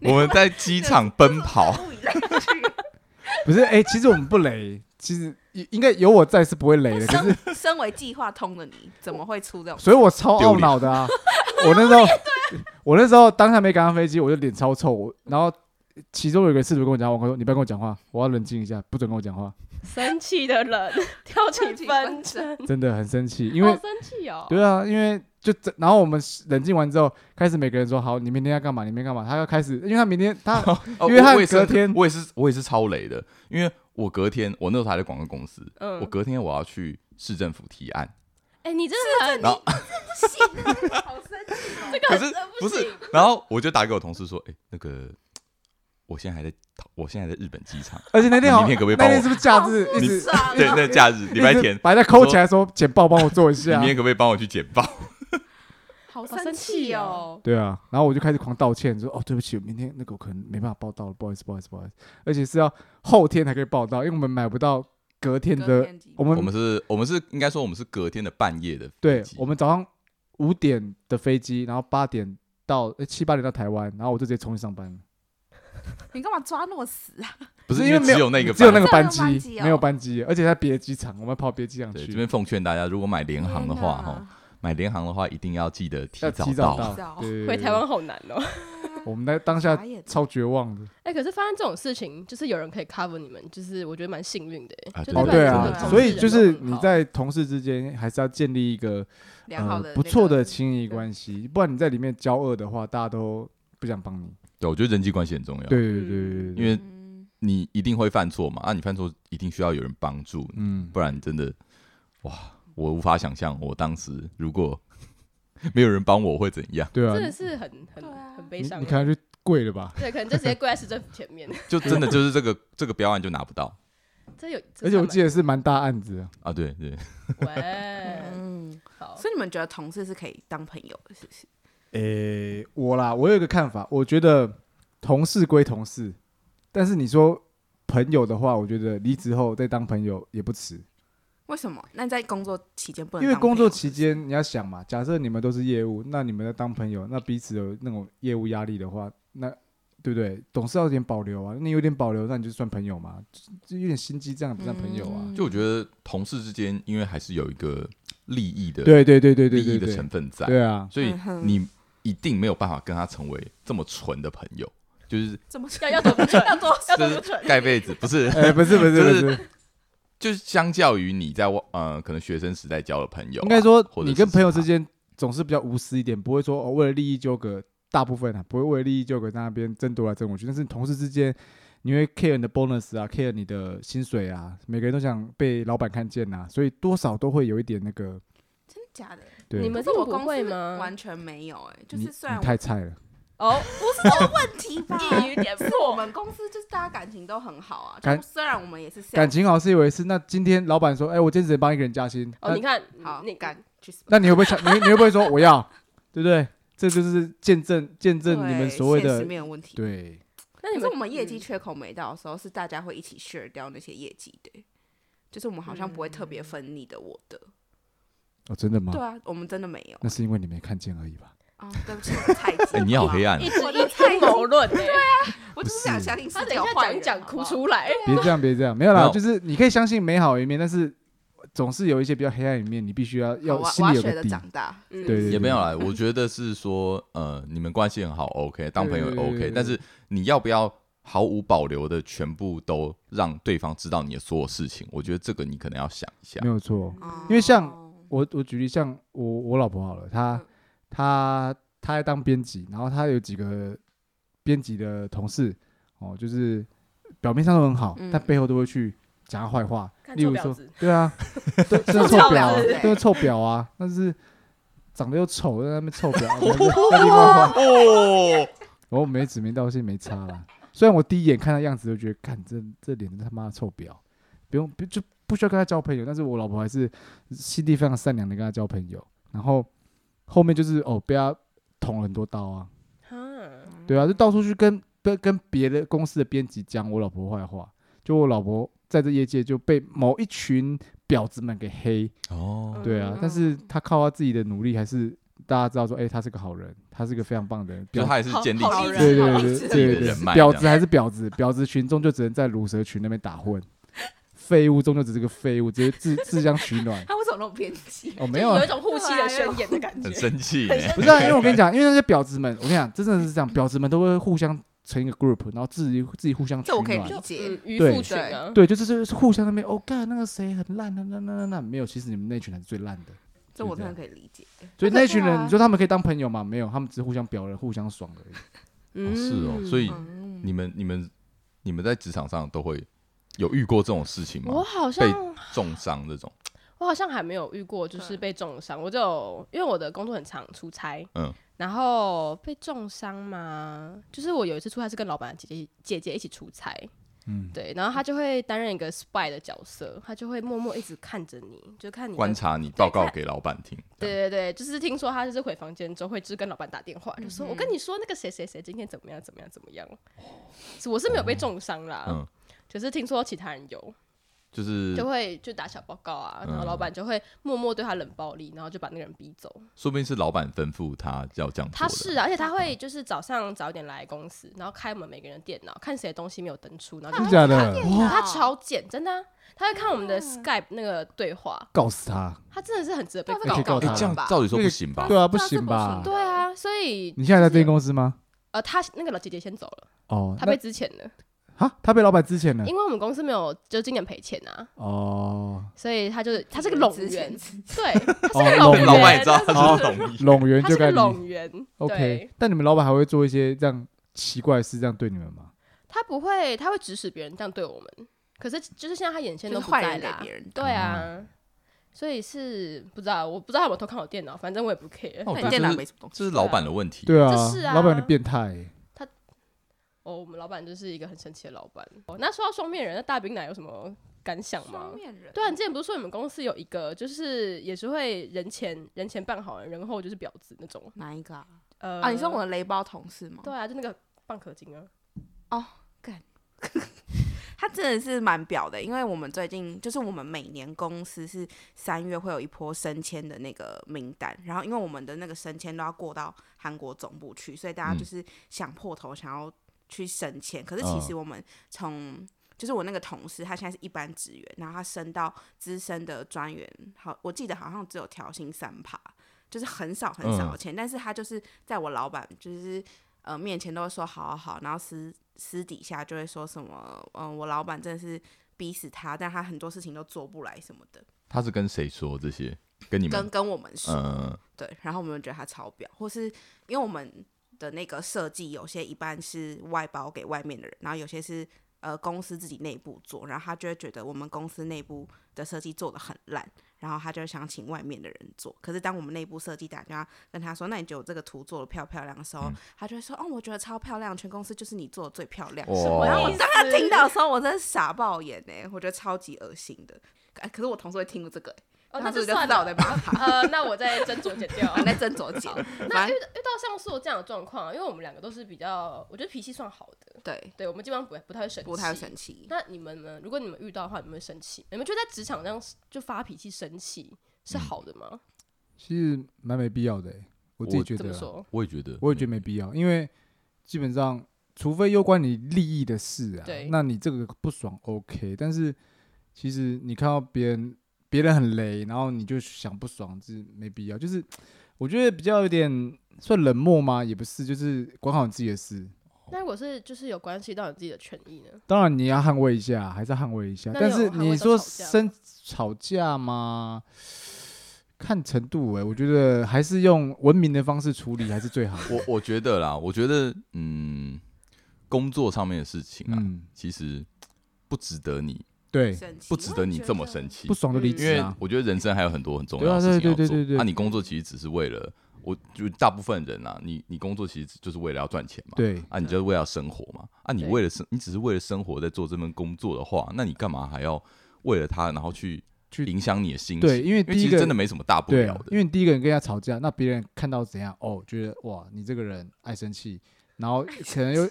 Speaker 3: 我们在机场奔跑。
Speaker 2: 不一样去
Speaker 4: 不是哎、其实我们不雷，其实应应该有我在是不会 雷的，可是
Speaker 2: 身身为计划通的你，怎么会出这种？
Speaker 4: 所以我超
Speaker 3: 丢
Speaker 4: 懊
Speaker 3: 脸
Speaker 4: 恼的啊！ 我那时候，我那时候当下没赶上飞机，我就脸超臭。我然后其中有一个事主跟我讲话，我说：“你不要跟我讲话，我要冷静一下，不准跟 我讲话。
Speaker 1: 生气的人挑起纷争，”
Speaker 4: 真的很生气，因为
Speaker 1: 好生气哦，
Speaker 4: 对啊，因为就这然后我们冷静完之后，开始每个人说：“好，你明天要干嘛？你明天干嘛？”他要开始，因为他明天他
Speaker 3: 哦
Speaker 4: 因为他
Speaker 3: 我我也是
Speaker 4: 隔天
Speaker 3: 我也是我也是超雷的，因为我隔天我那时候还在广告公司，
Speaker 1: 嗯
Speaker 3: 我隔天我要去市政府提 案，
Speaker 1: 哎，你真
Speaker 2: 啊
Speaker 1: 的很
Speaker 3: 然后
Speaker 2: 不行，好生气哦！这
Speaker 3: 可是
Speaker 1: 不
Speaker 3: 不是，然后我就打给我同事说，哎、那个我现在还在，我现在在日本机 场，
Speaker 4: 而且那天好
Speaker 3: 你明天可不可以
Speaker 4: 那
Speaker 3: 帮
Speaker 4: 天
Speaker 3: 我
Speaker 4: 是不是假日一直
Speaker 2: 爽
Speaker 1: 啊
Speaker 2: 哦
Speaker 3: 对，那假 日礼拜天，
Speaker 4: 把人家抠起来说：“简报帮我做
Speaker 3: 你
Speaker 4: 一下
Speaker 3: 明。天可不可以帮我去简报？
Speaker 2: 好
Speaker 1: 好
Speaker 2: 生气哦！”
Speaker 4: 对啊，然后我就开始狂道歉，说：“哦，对不起，明天那个我可能没办法报道了，不好意思，不好意思，不好意思。”而且是要后天才可以报道，因为我们买不到隔天的
Speaker 2: 隔天机
Speaker 4: 我们
Speaker 3: 我们是，我们是应该说我们是隔天的半夜的飞
Speaker 4: 对
Speaker 3: 机，
Speaker 4: 我们早上五点的飞机，然后八点到呃七八点到台湾，然后我就直接冲去上班了，
Speaker 2: 你干嘛抓那么死啊？
Speaker 3: 不是
Speaker 4: 因
Speaker 3: 因为
Speaker 4: 没
Speaker 3: 只有那个班，
Speaker 4: 只有那个
Speaker 2: 只有
Speaker 4: 班
Speaker 2: 那个班
Speaker 4: 机
Speaker 2: 机哦
Speaker 4: 没有班机，而且在别的机场，我们跑别的机场
Speaker 3: 对，
Speaker 4: 去，
Speaker 3: 这边奉劝大家，如果买联航的话，
Speaker 2: 天
Speaker 3: 哈，
Speaker 2: 哪，
Speaker 3: 买联航的话一定要记得提
Speaker 4: 要
Speaker 3: 早
Speaker 4: 提
Speaker 3: 到。
Speaker 4: 到
Speaker 2: 提早
Speaker 4: 对对对
Speaker 1: 回台湾好难哦。
Speaker 4: 我们在当下
Speaker 2: 傻眼
Speaker 4: 超绝望的，
Speaker 1: 哎，可是发生这种事情，就是有人可以 cover 你们，就是我觉得蛮幸运的
Speaker 3: 啊，
Speaker 1: 就代
Speaker 3: 对
Speaker 4: 哦
Speaker 1: 表
Speaker 4: 对
Speaker 1: 你
Speaker 4: 啊
Speaker 1: 们的同，
Speaker 4: 所
Speaker 1: 事
Speaker 4: 以
Speaker 1: 人
Speaker 4: 就
Speaker 1: 都
Speaker 4: 是
Speaker 1: 很
Speaker 4: 你
Speaker 1: 好
Speaker 4: 在同事之间还是要建立一个
Speaker 2: 良好
Speaker 4: 呃
Speaker 2: 的
Speaker 4: 不错
Speaker 2: 那
Speaker 4: 的
Speaker 2: 个
Speaker 4: 情谊关系，不然你在里面交恶的话，大家都不想帮你。
Speaker 3: 对，我觉得人际关系很重要，
Speaker 4: 对啊对对对对
Speaker 1: 嗯
Speaker 4: 对，
Speaker 3: 因为
Speaker 2: 嗯
Speaker 3: 你一定会犯错嘛，啊，你犯错一定需要有人帮助，
Speaker 4: 嗯
Speaker 3: 不然真的，哇，我无法想象我当时如果没有人帮我会怎 样，
Speaker 4: 对啊
Speaker 1: 真，的是很很
Speaker 2: 对啊
Speaker 1: 很
Speaker 4: 你
Speaker 1: 悲伤
Speaker 4: 你
Speaker 1: 耶。
Speaker 4: 可能就跪了吧。
Speaker 1: 对，可能就直接跪在市政府前面，
Speaker 3: 就真的就是这个这个标案就拿不到
Speaker 1: 这有，
Speaker 4: 而且我记
Speaker 1: 得，
Speaker 4: 得是蛮大案子的，
Speaker 3: 啊，对对，
Speaker 1: 喂，
Speaker 2: 嗯，
Speaker 1: 好，
Speaker 2: 所以你们觉得同事是可以当朋友的，是不是？
Speaker 4: 诶、我啦，我有一个看法，我觉得同事归同事，但是你说朋友的话，我觉得离职后再当朋友也不迟，
Speaker 2: 为什么？那你在工作期间不能
Speaker 4: 因为
Speaker 2: 当朋
Speaker 4: 工
Speaker 2: 友
Speaker 4: 作期间你要想嘛，假设你们都是业务，那你们在当朋友，那彼此有那种业务压力的话，那对不对？总是要有点保留啊，你有点保留，那你就算朋友嘛，就就有点心机，这样也不算朋友啊。
Speaker 2: 嗯
Speaker 3: 就我觉得同事之间，因为还是有一个利益的
Speaker 4: 对对对对对
Speaker 3: 利益
Speaker 4: 对
Speaker 3: 的
Speaker 4: 对
Speaker 3: 成，分在，
Speaker 4: 对啊，
Speaker 3: 所以
Speaker 2: 嗯哼
Speaker 3: 你一定没有办法跟他成为这么纯的朋友，就是
Speaker 2: 怎么
Speaker 1: 要要多不准，要多 要
Speaker 3: 就
Speaker 1: 多不 准
Speaker 3: 是，盖被子，不是，
Speaker 4: 哎、不是不是
Speaker 3: 就
Speaker 4: 不
Speaker 3: 是
Speaker 4: 是，
Speaker 3: 就是相较于你在外呃可能学生时代交的朋友啊、
Speaker 4: 应该说
Speaker 3: 或者
Speaker 4: 你
Speaker 3: 是啊
Speaker 4: 跟朋友
Speaker 3: 其他
Speaker 4: 之间总是比较无私一点，不会说哦为了利益纠葛，大部分啊不会为了利益纠葛在那边争夺来争过去。但是你同事之间，你会 care 你的 bonus 啊，care 你的薪水啊，每个人都想被老板看见啊呐、所以多少都会有一点那个
Speaker 2: 真的假的？
Speaker 4: 对。
Speaker 1: 你们
Speaker 2: 可是我
Speaker 1: 这个
Speaker 2: 公
Speaker 1: 不
Speaker 2: 司
Speaker 1: 会吗
Speaker 2: 完全没有哎、就
Speaker 4: 你
Speaker 2: 是虽然
Speaker 4: 你太菜了，
Speaker 1: 哦，
Speaker 2: 问题 吧，
Speaker 1: 一语点
Speaker 2: 是我
Speaker 1: 破，
Speaker 2: 们公司就是大家感情都很好啊。
Speaker 4: 感
Speaker 2: 就虽然我们也是 sales，
Speaker 4: 感情好是一回事。那今天老板说，哎、我今天只能帮一个人加薪，
Speaker 1: 哦，你看，
Speaker 2: 好，
Speaker 1: 你
Speaker 2: 感去死吧
Speaker 4: 那那你会不会抢？你你会不会说我要？ 对不对？这就是见证见证你们
Speaker 2: 对
Speaker 4: 所谓
Speaker 2: 现实
Speaker 4: 的
Speaker 2: 面有问题。
Speaker 4: 对。
Speaker 1: 那
Speaker 2: 可
Speaker 1: 你
Speaker 2: 是
Speaker 1: 们
Speaker 2: 我们业
Speaker 4: 嗯
Speaker 2: 绩缺口没到的时候，是大家会一起 share 掉那些业绩的，欸就是我们好像不会特
Speaker 4: 嗯
Speaker 2: 别分你的我的。
Speaker 4: 哦，真的吗
Speaker 2: 对？啊，我们真的没 有
Speaker 4: 那是因为你没看见而已吧？
Speaker 2: 啊、对不起，我的菜鸡。
Speaker 3: 哎、你好黑
Speaker 2: 啊！
Speaker 3: 暗
Speaker 1: 嗯一
Speaker 3: 哦，
Speaker 1: 直
Speaker 2: 我
Speaker 1: 一
Speaker 2: 的菜
Speaker 1: 阴谋论 哎，
Speaker 2: 啊我就是想相信
Speaker 1: 他
Speaker 2: 是
Speaker 1: 等
Speaker 2: 角
Speaker 1: 一下
Speaker 2: 坏
Speaker 1: 讲一
Speaker 2: 人
Speaker 1: 讲
Speaker 2: 好不
Speaker 1: 哭
Speaker 2: 好
Speaker 1: 出来，
Speaker 4: 别这样，别这样，没有啦
Speaker 3: 没，有
Speaker 4: 就是你可以相信美好的一面，但是总是有一些比较黑暗一面，你必须要
Speaker 2: 好
Speaker 4: 要
Speaker 2: 我
Speaker 4: 心
Speaker 2: 我
Speaker 4: 里
Speaker 2: 要
Speaker 4: 有
Speaker 2: 学着
Speaker 4: 个底。
Speaker 2: 长大。
Speaker 1: 嗯
Speaker 4: 对
Speaker 3: 也没有啦。我觉得是说呃你们关系很好，OK，当朋友也
Speaker 4: 对对对
Speaker 3: OK，
Speaker 4: 对
Speaker 3: 但是你要不要毫无保留的全部都让对方知道你的所有事情？我觉得这个你可能要想一下
Speaker 4: 没。有错。
Speaker 2: 哦
Speaker 4: 因为像我我举例，像我我老婆好了，她
Speaker 2: 嗯
Speaker 4: 她她在当编辑，然后她有几个编辑的同事哦，就是表面上都很好，
Speaker 2: 嗯
Speaker 4: 但背后都会去讲他坏话，
Speaker 1: 看
Speaker 4: 例如
Speaker 1: 臭婊
Speaker 4: 说
Speaker 1: 子，
Speaker 4: 对 啊，都真的
Speaker 1: 臭
Speaker 4: 臭
Speaker 1: 婊
Speaker 4: 婊啊
Speaker 1: 子，
Speaker 4: 都是臭婊啊，但是长得又丑，在那 边臭婊，在那边在另外话
Speaker 3: 哦，
Speaker 4: 然后没指名道姓没差啦。虽然我第一眼看他样子就觉得，看这这脸真他妈的臭婊，不用不就不需要跟他交朋友。但是我老婆还是心地非常善良的跟他交朋友。然后后面就是哦被他捅了很多刀啊，
Speaker 1: 哈，
Speaker 4: 对啊，就到处去跟跟跟别的公司的编辑讲我老婆坏话。就我老婆在这业界就被某一群婊子们给黑，
Speaker 3: 哦，
Speaker 4: 对啊
Speaker 1: 嗯，
Speaker 4: 但是她靠她自己的努力，还是大家知道说，哎、她是个好人，她是个非常棒的人。
Speaker 3: 就
Speaker 4: 婊
Speaker 3: 他也是建立
Speaker 1: 好
Speaker 3: 起
Speaker 1: 好人
Speaker 4: 对
Speaker 1: 好
Speaker 4: 对
Speaker 1: 意
Speaker 4: 对
Speaker 1: 思自
Speaker 4: 对
Speaker 1: 己
Speaker 3: 的
Speaker 4: 对对
Speaker 3: 人脉
Speaker 4: 婊
Speaker 3: 这
Speaker 4: 子还是婊子，婊子群众就只能在乳蛇群那边打混，废物中就只是个废物，直接自自相取暖。
Speaker 2: 他为什么那么偏激？
Speaker 4: 哦，没有啊
Speaker 1: 有一，种护妻的宣言的感觉
Speaker 3: 很。生气耶，
Speaker 4: 不是啊，因为我跟你讲，因为那些婊子们，我跟你讲，真的是这样，婊子们都会互相成一个 group，然后自己自己互相取
Speaker 2: 这我可以
Speaker 4: 暖
Speaker 2: 理。解
Speaker 1: 嗯，，渔
Speaker 4: 对
Speaker 1: 夫群啊，
Speaker 4: 对，就是就是互相那边哦，干那个谁很烂，那那那那那没有，其实你们那群人是最烂的，
Speaker 2: 这我真的
Speaker 4: 啊
Speaker 2: 可以理解。
Speaker 4: 所以那群
Speaker 2: 啊
Speaker 4: 人你说他们可以当朋友吗？没有，他们只是互相表人，互相爽而已。
Speaker 3: 哦是哦，所以
Speaker 1: 嗯
Speaker 3: 你们你们你们在职场上都会有遇过这种事情
Speaker 1: 我
Speaker 3: 吗？
Speaker 1: 好
Speaker 3: 哦被
Speaker 1: 像
Speaker 3: 重伤这种，
Speaker 1: 我好像还没有遇过，就是被重伤。我就有因为我的工作很常出差，
Speaker 3: 嗯
Speaker 1: 然后被重伤嘛，就是我有一次出差是跟老板的姐姐姐姐一起出差，
Speaker 4: 嗯，
Speaker 1: 对，然后她就会担任一个 spy 的角色，她就会默默一直看着你，就看你的
Speaker 3: 观。察你报告给老板听，
Speaker 1: 对对对，就是听说她就是回房间之后会就是跟老板打电话，就说、我跟你说那个谁谁谁今天怎么样怎么样怎么样，是我是没有被重伤啦，
Speaker 3: 嗯，
Speaker 1: 可是听说其他人有，
Speaker 3: 就是
Speaker 1: 就会就打小报告啊，然后老板
Speaker 4: 嗯
Speaker 1: 就会默默对他冷暴力，然后就把那个人逼走。
Speaker 3: 说不定是老板吩咐他要这样做
Speaker 1: 他
Speaker 3: 的，
Speaker 1: 是、啊，而且他会就是早上早一点来公司，然后开我们每个人的电脑，看谁的东西没有登出，然后
Speaker 4: 真
Speaker 1: 就
Speaker 4: 的假的？
Speaker 1: 哇他超贱，真的啊、他会看我们的 Skype 那个对话，
Speaker 4: 告死他！
Speaker 1: 他真的是很值得被
Speaker 4: 那
Speaker 1: 告
Speaker 4: 可以告
Speaker 3: 哎
Speaker 4: 他，
Speaker 3: 这样照理说不行吧？
Speaker 4: 对啊，不
Speaker 2: 这
Speaker 4: 行
Speaker 2: 不
Speaker 4: 吧
Speaker 2: 行？
Speaker 1: 对啊，所以
Speaker 4: 你现在在这间公司吗？
Speaker 1: 呃，他那个老姐姐先走了，
Speaker 4: 哦，
Speaker 1: 他被之前了，
Speaker 4: 啊，哈他被老板之前呢？
Speaker 1: 因为我们公司没有就今年赔钱啊，
Speaker 4: 哦，
Speaker 1: 所以他就是他是个拢
Speaker 2: 之前
Speaker 1: 员，对，他是个拢
Speaker 4: 哦被
Speaker 1: 员，
Speaker 3: 老板也知道
Speaker 1: 他
Speaker 3: 他是同意，
Speaker 4: 拢员
Speaker 1: 是
Speaker 4: 就
Speaker 1: 个
Speaker 4: 该离。
Speaker 1: 拢员
Speaker 4: OK，
Speaker 1: 对，
Speaker 4: 但你们老板还会做一些这样奇怪的事，这样对你们吗？
Speaker 1: 他不会，他会指使别人这样对我们，可是就是现在他眼线
Speaker 2: 就
Speaker 1: 都
Speaker 2: 是
Speaker 1: 不
Speaker 2: 坏
Speaker 1: 在
Speaker 2: 人给
Speaker 1: 啦，
Speaker 2: 别人。
Speaker 1: 对啊，所以是不知道，我不知道他有没有偷看我电脑，反正我也不 care。
Speaker 3: 那我
Speaker 2: 那
Speaker 3: 觉
Speaker 2: 你
Speaker 3: 得
Speaker 2: 电脑
Speaker 3: 这
Speaker 2: 没
Speaker 3: 是
Speaker 2: 什么东西，
Speaker 3: 这是老板的问题，
Speaker 4: 对啊
Speaker 1: 这是啊，
Speaker 4: 老板有点变态欸。
Speaker 1: 哦，我们老板就是一个很神奇的老板。哦，那说到双面人，那大冰奶有什么感想吗
Speaker 2: 双？面人。
Speaker 1: 对啊，你之前不是说你们公司有一个，就是也是会人前人前扮好人，人后就是婊子那种？
Speaker 2: 哪一个啊？
Speaker 1: 呃，
Speaker 2: 啊，你说我？的雷包同事吗？
Speaker 1: 对啊，就那个蚌壳精啊，
Speaker 2: 他真的是蛮表的，因为我们最近就是我们每年公司是三月会有一波升迁的那个名单，然后因为我们的那个升迁都要过到韩国总部去，所以大家
Speaker 3: 嗯
Speaker 2: 就是想破头想要去升迁，可是其实我们从。就是我那个同事，他现在是一般职员，然后他升到资深的专员，好，我记得好像只有调薪三趴，就是很少很少
Speaker 3: 嗯
Speaker 2: 的钱，但是他就是在我老板就是呃面前都会说好好好，然后私私底下就会说什么，嗯、我老板真的是逼死他，但他很多事情都做不来什么的，
Speaker 3: 他是跟谁说这些？跟你
Speaker 2: 跟
Speaker 3: 们，
Speaker 2: 跟我们说，
Speaker 3: 嗯，
Speaker 2: 对，然后我们就觉得他超表，或是因为我们的那个设计有些一般是外包给外面的人，然后有些是呃公司自己内部做，然后他就会觉得我们公司内部的设计做的很烂，然后他就想请外面的人做。可是当我们内部设计打电话跟他说，那你觉得我这个图做的漂不漂亮的时候，他就会说，哦，我觉得超漂亮，全公司就是你做的最漂亮。
Speaker 1: 么
Speaker 2: 然后
Speaker 1: 意
Speaker 2: 我
Speaker 1: 思
Speaker 2: 当他听到的时候，我真的傻爆眼哎、我觉得超级恶心的。哎可是我同事会听过这个、欸，
Speaker 1: 哦，那
Speaker 2: 他是不是就
Speaker 1: 算
Speaker 2: 知道我
Speaker 1: 了。
Speaker 2: 在骂他。
Speaker 1: 呃，那我再斟酌剪掉啊。
Speaker 2: 在斟酌姐，
Speaker 1: 那
Speaker 2: 反
Speaker 1: 遇
Speaker 2: 正
Speaker 1: 到遇到像是我这样的状况啊，因为我们两个都是比较，我觉得脾气算好的，
Speaker 2: 对，
Speaker 1: 对我们基本上不不太会生气，
Speaker 2: 不太会生气。
Speaker 1: 那你们呢？如果你们遇到的话，你们会生气？你们觉得在职场上就发脾气、生气
Speaker 4: 嗯
Speaker 1: 是好的吗？
Speaker 4: 其实蛮没必要的欸，我自己
Speaker 3: 我
Speaker 4: 觉
Speaker 1: 怎
Speaker 4: 得
Speaker 1: 么
Speaker 4: 啦，
Speaker 1: 说？
Speaker 3: 我也觉得，
Speaker 4: 我也觉得
Speaker 1: 嗯
Speaker 4: 没必要，因为基本上除非攸关你利益的事啊
Speaker 1: 对，
Speaker 4: 那你这个不爽 OK，但是其实你看到别人别人很雷，然后你就想不爽，这没必要。就是我觉得比较有点算冷漠吗？也不是，就是管好你自己的事。
Speaker 1: 那如果是就是有关系到你自己的权益呢？
Speaker 4: 当然你要捍卫一下，还是要捍卫一下。
Speaker 1: 那
Speaker 4: 但
Speaker 1: 有
Speaker 4: 是
Speaker 1: 捍卫到
Speaker 4: 你
Speaker 1: 吵
Speaker 4: 说
Speaker 1: 架吗
Speaker 4: 生吵架吗？看程度欸诶、我觉 得还是用文明的方式处理还是最好的。
Speaker 3: 我我觉得啦，我觉得，嗯，工作上面的事情啊，
Speaker 4: 嗯，
Speaker 3: 其实不值得你
Speaker 4: 对，
Speaker 1: 啊
Speaker 2: 生气
Speaker 3: 不值得你这么生气
Speaker 4: 不，爽就离
Speaker 3: 因
Speaker 4: 职
Speaker 3: 为
Speaker 4: 啊，
Speaker 3: 我觉得人生还有很多很重要的事情
Speaker 4: 对
Speaker 3: 要
Speaker 4: 啊对对
Speaker 3: 做。
Speaker 4: 对对对
Speaker 3: 那、你工作其实只是为了，我就大部分人啊，你你工作其实就是为了要赚钱嘛，
Speaker 4: 对，
Speaker 3: 啊，你就是为了生活嘛，啊，你
Speaker 1: 对
Speaker 3: 为了生，你只是为了生活在做这份工作的话，那你干嘛还要为了他然后去
Speaker 4: 去
Speaker 3: 影响你的心情？
Speaker 4: 对，
Speaker 3: 嗯因
Speaker 4: 因为
Speaker 3: 为
Speaker 4: 第
Speaker 3: 其
Speaker 4: 一
Speaker 3: 实
Speaker 4: 个
Speaker 3: 真的没什么大不
Speaker 4: 对
Speaker 3: 了
Speaker 4: 啊，因
Speaker 3: 的。
Speaker 4: 为你第一个人跟他吵架，那别人看到怎样哦，觉得哇，你这个人爱生气，然后可能又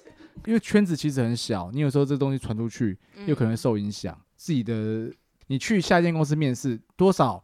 Speaker 4: 因为圈子其实很小，你有时候这东西传出去，有可能受影响。自己的你去下一间公司面试，多少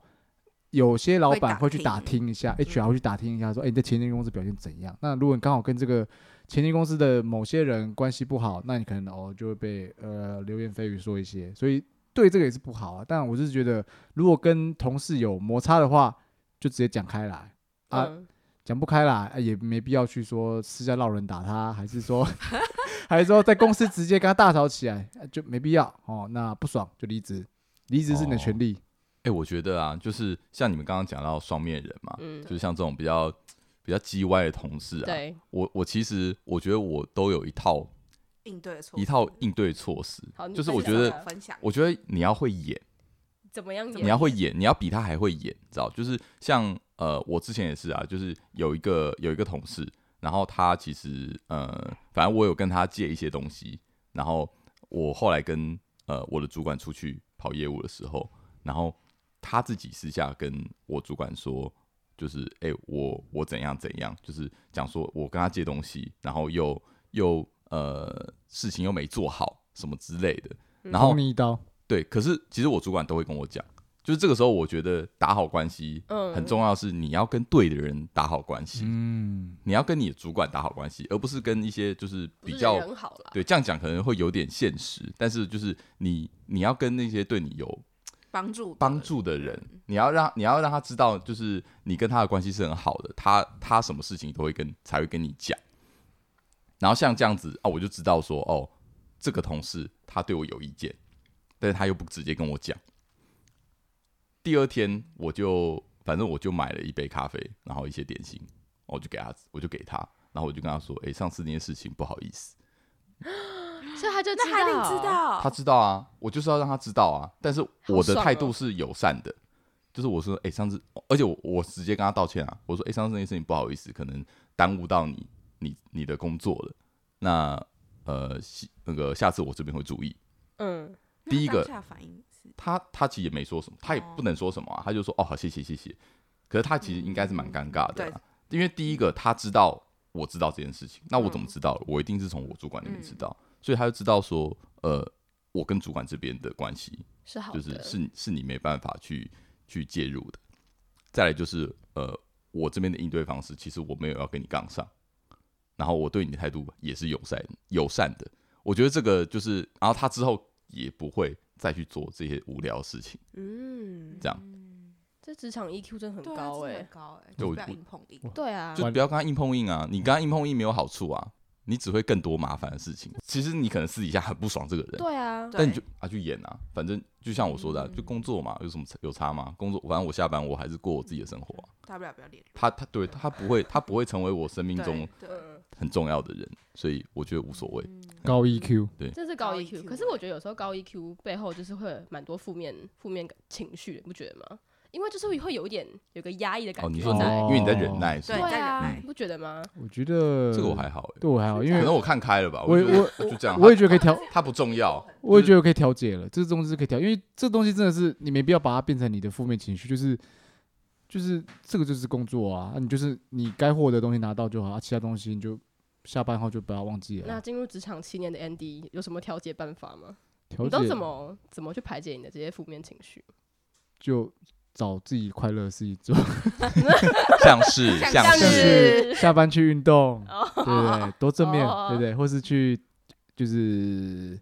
Speaker 4: 有些老
Speaker 2: 会
Speaker 4: 板
Speaker 2: 打
Speaker 4: 会去打
Speaker 2: 听
Speaker 4: 听嗯一下，HR 会去打听一下，说，哎、你在前一间公司表现怎样？那如果你刚好跟这个前一间公司的某些人关系不好，那你可能哦就会被呃流言蜚语说一些，所以对这个也是不好啊。但我是觉得，如果跟同事有摩擦的话，就直接讲开来。啊
Speaker 1: 嗯，
Speaker 4: 讲不开啦，哎也没必要去说私下闹人打他，还 是说， 还是说在公司直接跟他大吵起来，哎就没必要哦。那不爽就离职，离职是你的权利。
Speaker 3: 哎、我觉得啊，就是像你们刚刚讲到双面人嘛，
Speaker 1: 嗯
Speaker 3: 就是像这种比较比较叽歪的同事啊，
Speaker 1: 对，
Speaker 3: 我我其实我觉得我都有一套
Speaker 2: 应对的措施
Speaker 3: 一套应对措施
Speaker 1: 好，你
Speaker 3: 就是
Speaker 1: 分
Speaker 3: 我觉
Speaker 1: 享
Speaker 3: 得
Speaker 1: 吧
Speaker 2: 分享
Speaker 3: 我觉得你要会演，
Speaker 1: 怎么样演？
Speaker 3: 你要会演，你要比他还会演，知道？就是像呃，我之前也是啊，就是有一个有一个同事，然后他其实呃，反正我有跟他借一些东西，然后我后来跟呃我的主管出去跑业务的时候，然后他自己私下跟我主管说，就是哎、欸我我怎样怎样，就是讲说我跟他借东西，然后又又呃事情又没做好什么之类的，然后
Speaker 4: 捅你一刀，
Speaker 3: 对，可是其实我主管都会跟我讲，就是这个时候我觉得打好关系
Speaker 1: 嗯
Speaker 3: 很重要，是你要跟对的人打好关系，
Speaker 4: 嗯，
Speaker 3: 你要跟你的主管打好关系，而不是跟一些就是
Speaker 1: 不是
Speaker 3: 比较
Speaker 1: 人好了，
Speaker 3: 对这样讲可能会有点现实，但是就是你你要跟那些对你有
Speaker 2: 帮助的
Speaker 3: 帮助的人，你要让你要让他知道，就是你跟他的关系是很好的，他他什么事情都会跟才会跟你讲。然后像这样子啊，我就知道说，哦，这个同事他对我有意见，但是他又不直接跟我讲。第二天我就反正我就买了一杯咖啡，然后一些点心，我就给他，我就给他，然后我就跟他说，诶，哎上次那件事情不好意思，
Speaker 1: 所以他就
Speaker 2: 那还得知道
Speaker 3: 他知道啊，我就是要让他知道啊。但是我的
Speaker 1: 好爽哦
Speaker 3: 态度是友善的，就是我说，哎、上次，而且我我直接跟他道歉啊，我说，哎、上次那件事情不好意思，可能耽误到你你你的工作了。那呃，希那个下次我这边会注意。
Speaker 1: 嗯，
Speaker 2: 那
Speaker 3: 第一个
Speaker 2: 当下反应是
Speaker 3: 他他其实也没说什么，他也
Speaker 2: 哦
Speaker 3: 不能说什么啊，他就说，哦，好，谢谢谢谢。可是他其实应该是蛮尴尬的、
Speaker 1: 嗯
Speaker 3: 啊，因为第一个他知道我知道这件事情，那我怎么知
Speaker 1: 嗯
Speaker 3: 道的？我一定是从我主管那边知道，所以他就知道说，呃，我跟主管这边的关系
Speaker 1: 是好
Speaker 3: 就
Speaker 1: 的，
Speaker 3: 是是你是你没办法去去介入的。再来就是呃，我这边的应对方式，其实我没有要跟你杠上，然后我对你的态度也是友善友善的。我觉得这个就是，然后他之后也不会再去做这些无聊的事情。
Speaker 1: 嗯，
Speaker 3: 这样
Speaker 2: 嗯
Speaker 1: 这职场 EQ 真的很
Speaker 2: 对啊
Speaker 1: 高
Speaker 2: 真
Speaker 1: 哎、
Speaker 2: 的很高哎，
Speaker 3: 对
Speaker 2: 就
Speaker 3: 我
Speaker 2: 不要
Speaker 3: 我
Speaker 2: 硬碰硬。
Speaker 1: 对啊，
Speaker 3: 就不要跟他硬碰硬啊！你跟他硬碰硬没有好处啊，你只会更多麻烦的事情。其实你可能私底下很不爽这个人，
Speaker 1: 对嗯啊，
Speaker 3: 但你就
Speaker 2: 对
Speaker 3: 啊去演啊，反正就像我说的啊、就工作嘛，有什么有差吗？工作，反正我下班我还是过我自己的生活啊、
Speaker 2: 大不了不要脸。
Speaker 3: 他他对他不会，他不会成为我生命中
Speaker 2: 对对
Speaker 1: 嗯，
Speaker 3: 很重要的人，所以我觉得无所谓。
Speaker 4: 高 EQ，
Speaker 1: 这是
Speaker 2: 高 E 啊
Speaker 1: 高
Speaker 2: EQ
Speaker 1: EQ，可是我觉得有时候高 EQ 背后就是会有蛮多负面负面情绪，你不觉得吗？因为就是会有一点有个压抑的感
Speaker 3: 哦，你
Speaker 1: 觉
Speaker 3: 说你
Speaker 1: 在，
Speaker 3: 在，
Speaker 4: 哦哎
Speaker 3: 因为你在忍耐，是
Speaker 2: 对
Speaker 1: 对
Speaker 3: 吗
Speaker 2: 在忍
Speaker 1: 啊
Speaker 2: 耐，
Speaker 1: 你不觉得吗？
Speaker 4: 我觉得
Speaker 3: 这个我还好欸
Speaker 4: 对我还好，因
Speaker 3: 可
Speaker 4: 为
Speaker 3: 能我看开了吧。
Speaker 4: 我
Speaker 3: 觉得
Speaker 4: 我
Speaker 3: 就这样，
Speaker 4: 我也觉得可以 调，
Speaker 3: 他不重要，
Speaker 4: 我也觉得可以调解了，这东西是可以调，因为这东西真的是你没必要把它变成你的负面情绪，就是就是这个就是工作啊，啊你就是你该获得的东西拿到就好，啊其他东西你就下班后就不要忘记了
Speaker 1: 那。进入职场七年的 Andy 有什么调节办法吗？
Speaker 4: 调
Speaker 1: 你都
Speaker 4: 解
Speaker 1: 怎么怎么去排解你的这些负面情绪？
Speaker 4: 就找自己快乐的事情 做，
Speaker 3: 像是
Speaker 2: 像
Speaker 3: 像
Speaker 4: 像
Speaker 3: 是
Speaker 1: 是
Speaker 4: 是下班去运动，
Speaker 1: 哦
Speaker 4: 对不对？多正面，
Speaker 1: 哦
Speaker 4: 对不对？或是去就是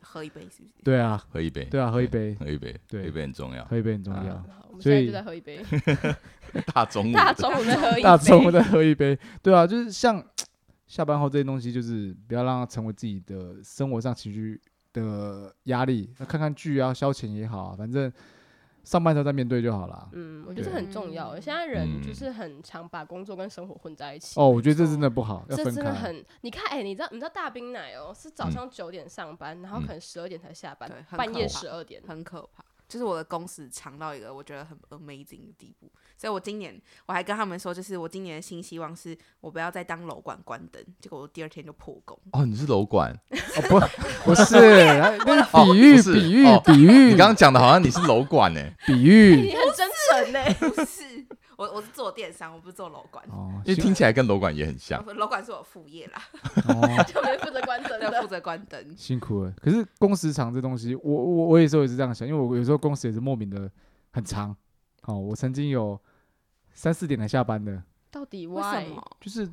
Speaker 2: 喝一杯是不是？
Speaker 4: 对啊，
Speaker 3: 喝一杯，
Speaker 4: 对啊，喝一杯，
Speaker 3: 喝一杯，
Speaker 4: 对
Speaker 3: 喝一杯很重要。
Speaker 4: 喝一杯很重
Speaker 3: 啊
Speaker 4: 要。
Speaker 1: 啊好我们
Speaker 4: 所
Speaker 1: 现在
Speaker 4: 以
Speaker 1: 就在喝一 杯，
Speaker 3: 大中午
Speaker 1: 大
Speaker 3: 的，
Speaker 1: 中午再喝一杯，
Speaker 4: 大中午再喝一杯，对啊，就是像下班后这些东西，就是不要让它成为自己的生活上情绪的压力。那看看剧啊，消遣也好啊，反正上班时候再面对就好啦。
Speaker 1: 嗯，我觉得这
Speaker 4: 对
Speaker 1: 很重要。
Speaker 2: 嗯
Speaker 1: 现在人
Speaker 3: 嗯
Speaker 1: 就是很常把工作跟生活混在一起。
Speaker 4: 哦，我觉得这真的不好，要
Speaker 1: 这
Speaker 4: 分
Speaker 1: 真的
Speaker 4: 开。
Speaker 1: 很，你看，哎、你知道，你知道大冰奶哦，是早上九点上班，然后可能十二点才下班
Speaker 2: 对，很
Speaker 1: 半夜
Speaker 2: 可怕
Speaker 1: 十二点，
Speaker 2: 很可怕。就是我的工时长到一个我觉得很 amazing 的地步，所以我今年我还跟他们说，就是我今年的新希望是我不要再当楼管关灯，结果我第二天就破功。
Speaker 3: 哦，你是楼管，
Speaker 4: 哦不， 不是，那是比
Speaker 3: 哦
Speaker 4: 喻
Speaker 3: 不，是
Speaker 4: 比喻
Speaker 3: 哦，
Speaker 4: 比喻，
Speaker 3: 你刚刚讲的好像你是楼管欸 呢、
Speaker 4: 比 喻
Speaker 1: 你很真欸诚呢、
Speaker 2: 不是，我我是做电商，我不是做楼管。
Speaker 4: 哦，
Speaker 3: 因为听起来跟楼管也很像
Speaker 2: 我。说楼管是我副业啦，
Speaker 4: 哦，
Speaker 1: 就没负责关灯
Speaker 2: 要负
Speaker 1: 的。
Speaker 2: 责关灯。
Speaker 4: 辛苦了。可是工时长这东西，我我我有时候也是这样想，因为我有时候工时也是莫名的很长。哦，我曾经有三四点才下班的，
Speaker 1: 到底
Speaker 2: 为什
Speaker 1: why？
Speaker 2: 么？
Speaker 4: 就是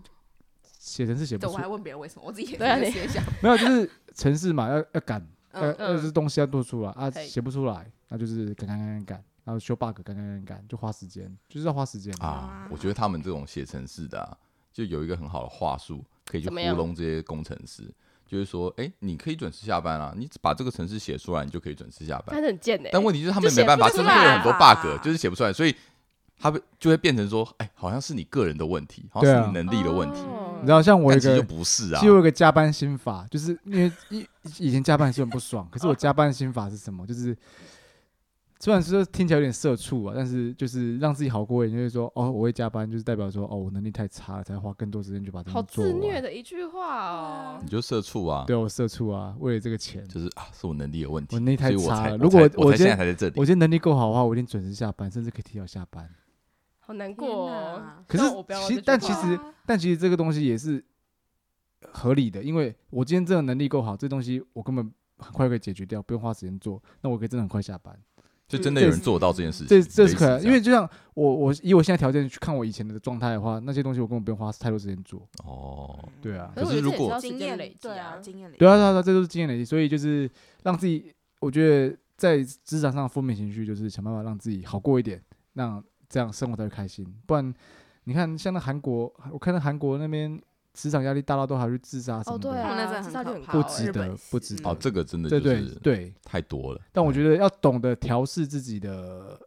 Speaker 4: 写程式写不
Speaker 2: 对，我
Speaker 4: 出
Speaker 2: 还，问别人为什么，我自己也
Speaker 1: 对 啊
Speaker 2: 在
Speaker 1: 你
Speaker 2: 写一下。
Speaker 4: 没有，就是城市嘛，要要赶，要
Speaker 2: 嗯，
Speaker 1: 嗯
Speaker 4: 要是东西要做出来啊，
Speaker 1: 嘿
Speaker 4: 写不出来，那就是赶赶赶赶赶，然后修 bug 赶赶赶赶，就花时间，就是要花时间。
Speaker 3: 啊，我觉得他们这种写程式的、啊，就有一个很好的话术，可以去
Speaker 1: 怎
Speaker 3: 糊
Speaker 1: 么样
Speaker 3: 弄这些工程师，就是说，哎、你可以准时下班啊，你把这个程式写出来，你就可以准时下班
Speaker 1: 但。是很贱呢、
Speaker 3: 但
Speaker 2: 欸
Speaker 3: 问题是他
Speaker 1: 就
Speaker 3: 们
Speaker 1: 写
Speaker 3: 没办法，
Speaker 1: 不
Speaker 3: 真
Speaker 1: 出
Speaker 3: 的有很多
Speaker 2: 来啊
Speaker 3: bug，就是写不出来，所以他们就会变成说，哎、好像是你个人的问题，好
Speaker 4: 对
Speaker 3: 像
Speaker 4: 啊
Speaker 3: 是你能力的问题，
Speaker 1: 哦
Speaker 4: 你知道，像
Speaker 3: 但
Speaker 4: 我有一
Speaker 3: 其实
Speaker 4: 个
Speaker 3: 就不是啊
Speaker 4: 其实。我有个加班心法，就是因为以以前加班是很 不爽，可是我加班心法是什么？就是虽然说听起来有点社畜啊，但是就是让自己好过一点，就是说哦，我会加班，就是代表说哦，我能力太差了，才花更多时间去把这
Speaker 1: 好
Speaker 4: 个做
Speaker 1: 自虐
Speaker 4: 完。
Speaker 1: 的一句话哦
Speaker 3: 你。就社畜啊，
Speaker 4: 对我社畜啊，为了这个钱，
Speaker 3: 就是啊，是我能力有问题，
Speaker 4: 我能力太
Speaker 3: 所以我
Speaker 4: 差
Speaker 3: 才
Speaker 4: 了
Speaker 3: 我
Speaker 4: 如果
Speaker 3: 才
Speaker 4: 我
Speaker 3: 我才
Speaker 4: 今
Speaker 3: 现在
Speaker 4: 天
Speaker 3: 才在这里
Speaker 4: 我，觉得能力够好的话，我一定准时下班，甚至可以提早下班。
Speaker 1: 好难
Speaker 2: 天
Speaker 1: 过哦。
Speaker 2: 哪
Speaker 4: 可是
Speaker 1: 那我不要这
Speaker 4: 其
Speaker 1: 句
Speaker 4: 但
Speaker 1: 话
Speaker 4: 其实但其实这个东西也是合理的，因为我今天真的能力够好，这东西我根本很快可以解决掉，不用花时间做，那我可以真的很快下班。
Speaker 3: 就真的
Speaker 4: 这
Speaker 3: 有
Speaker 4: 是
Speaker 3: 人做到这件事情，
Speaker 4: 这这
Speaker 3: 类
Speaker 4: 是
Speaker 3: 似
Speaker 4: 可能，
Speaker 3: 这
Speaker 4: 因
Speaker 3: 样
Speaker 4: 为就像我我以我现在条件去看我以前的状态的话，那些东西我根本不用花太多时间做。
Speaker 3: 哦，
Speaker 4: 对啊
Speaker 1: 可是
Speaker 3: 可
Speaker 1: 我觉得
Speaker 3: 是如
Speaker 1: 这也是
Speaker 3: 果
Speaker 1: 要时
Speaker 2: 经
Speaker 1: 间
Speaker 2: 验
Speaker 1: 累积
Speaker 2: 对
Speaker 1: 啊
Speaker 2: 啊，。经验累积。
Speaker 4: 对啊，对啊，对啊这都是经验累积，所以就是让自己，我觉得在职场上负面情绪就是想办法让自己好过一点，让这样生活才会开心。不然你看，像那韩国，我看到韩国那边职场压力大到都还去自杀什
Speaker 1: 哦，
Speaker 4: 么的，
Speaker 1: 对啊，
Speaker 2: 他们那真的很
Speaker 1: 自杀率
Speaker 2: 可怕
Speaker 1: 高
Speaker 4: 不
Speaker 1: 欸
Speaker 4: 值
Speaker 2: 日本
Speaker 4: 得
Speaker 2: 是，嗯
Speaker 4: 不值得。
Speaker 3: 哦，这个真的
Speaker 4: 对
Speaker 3: 就
Speaker 4: 对
Speaker 3: 是
Speaker 4: 对，
Speaker 3: 太多了。
Speaker 4: 但我觉得要懂得调试自己的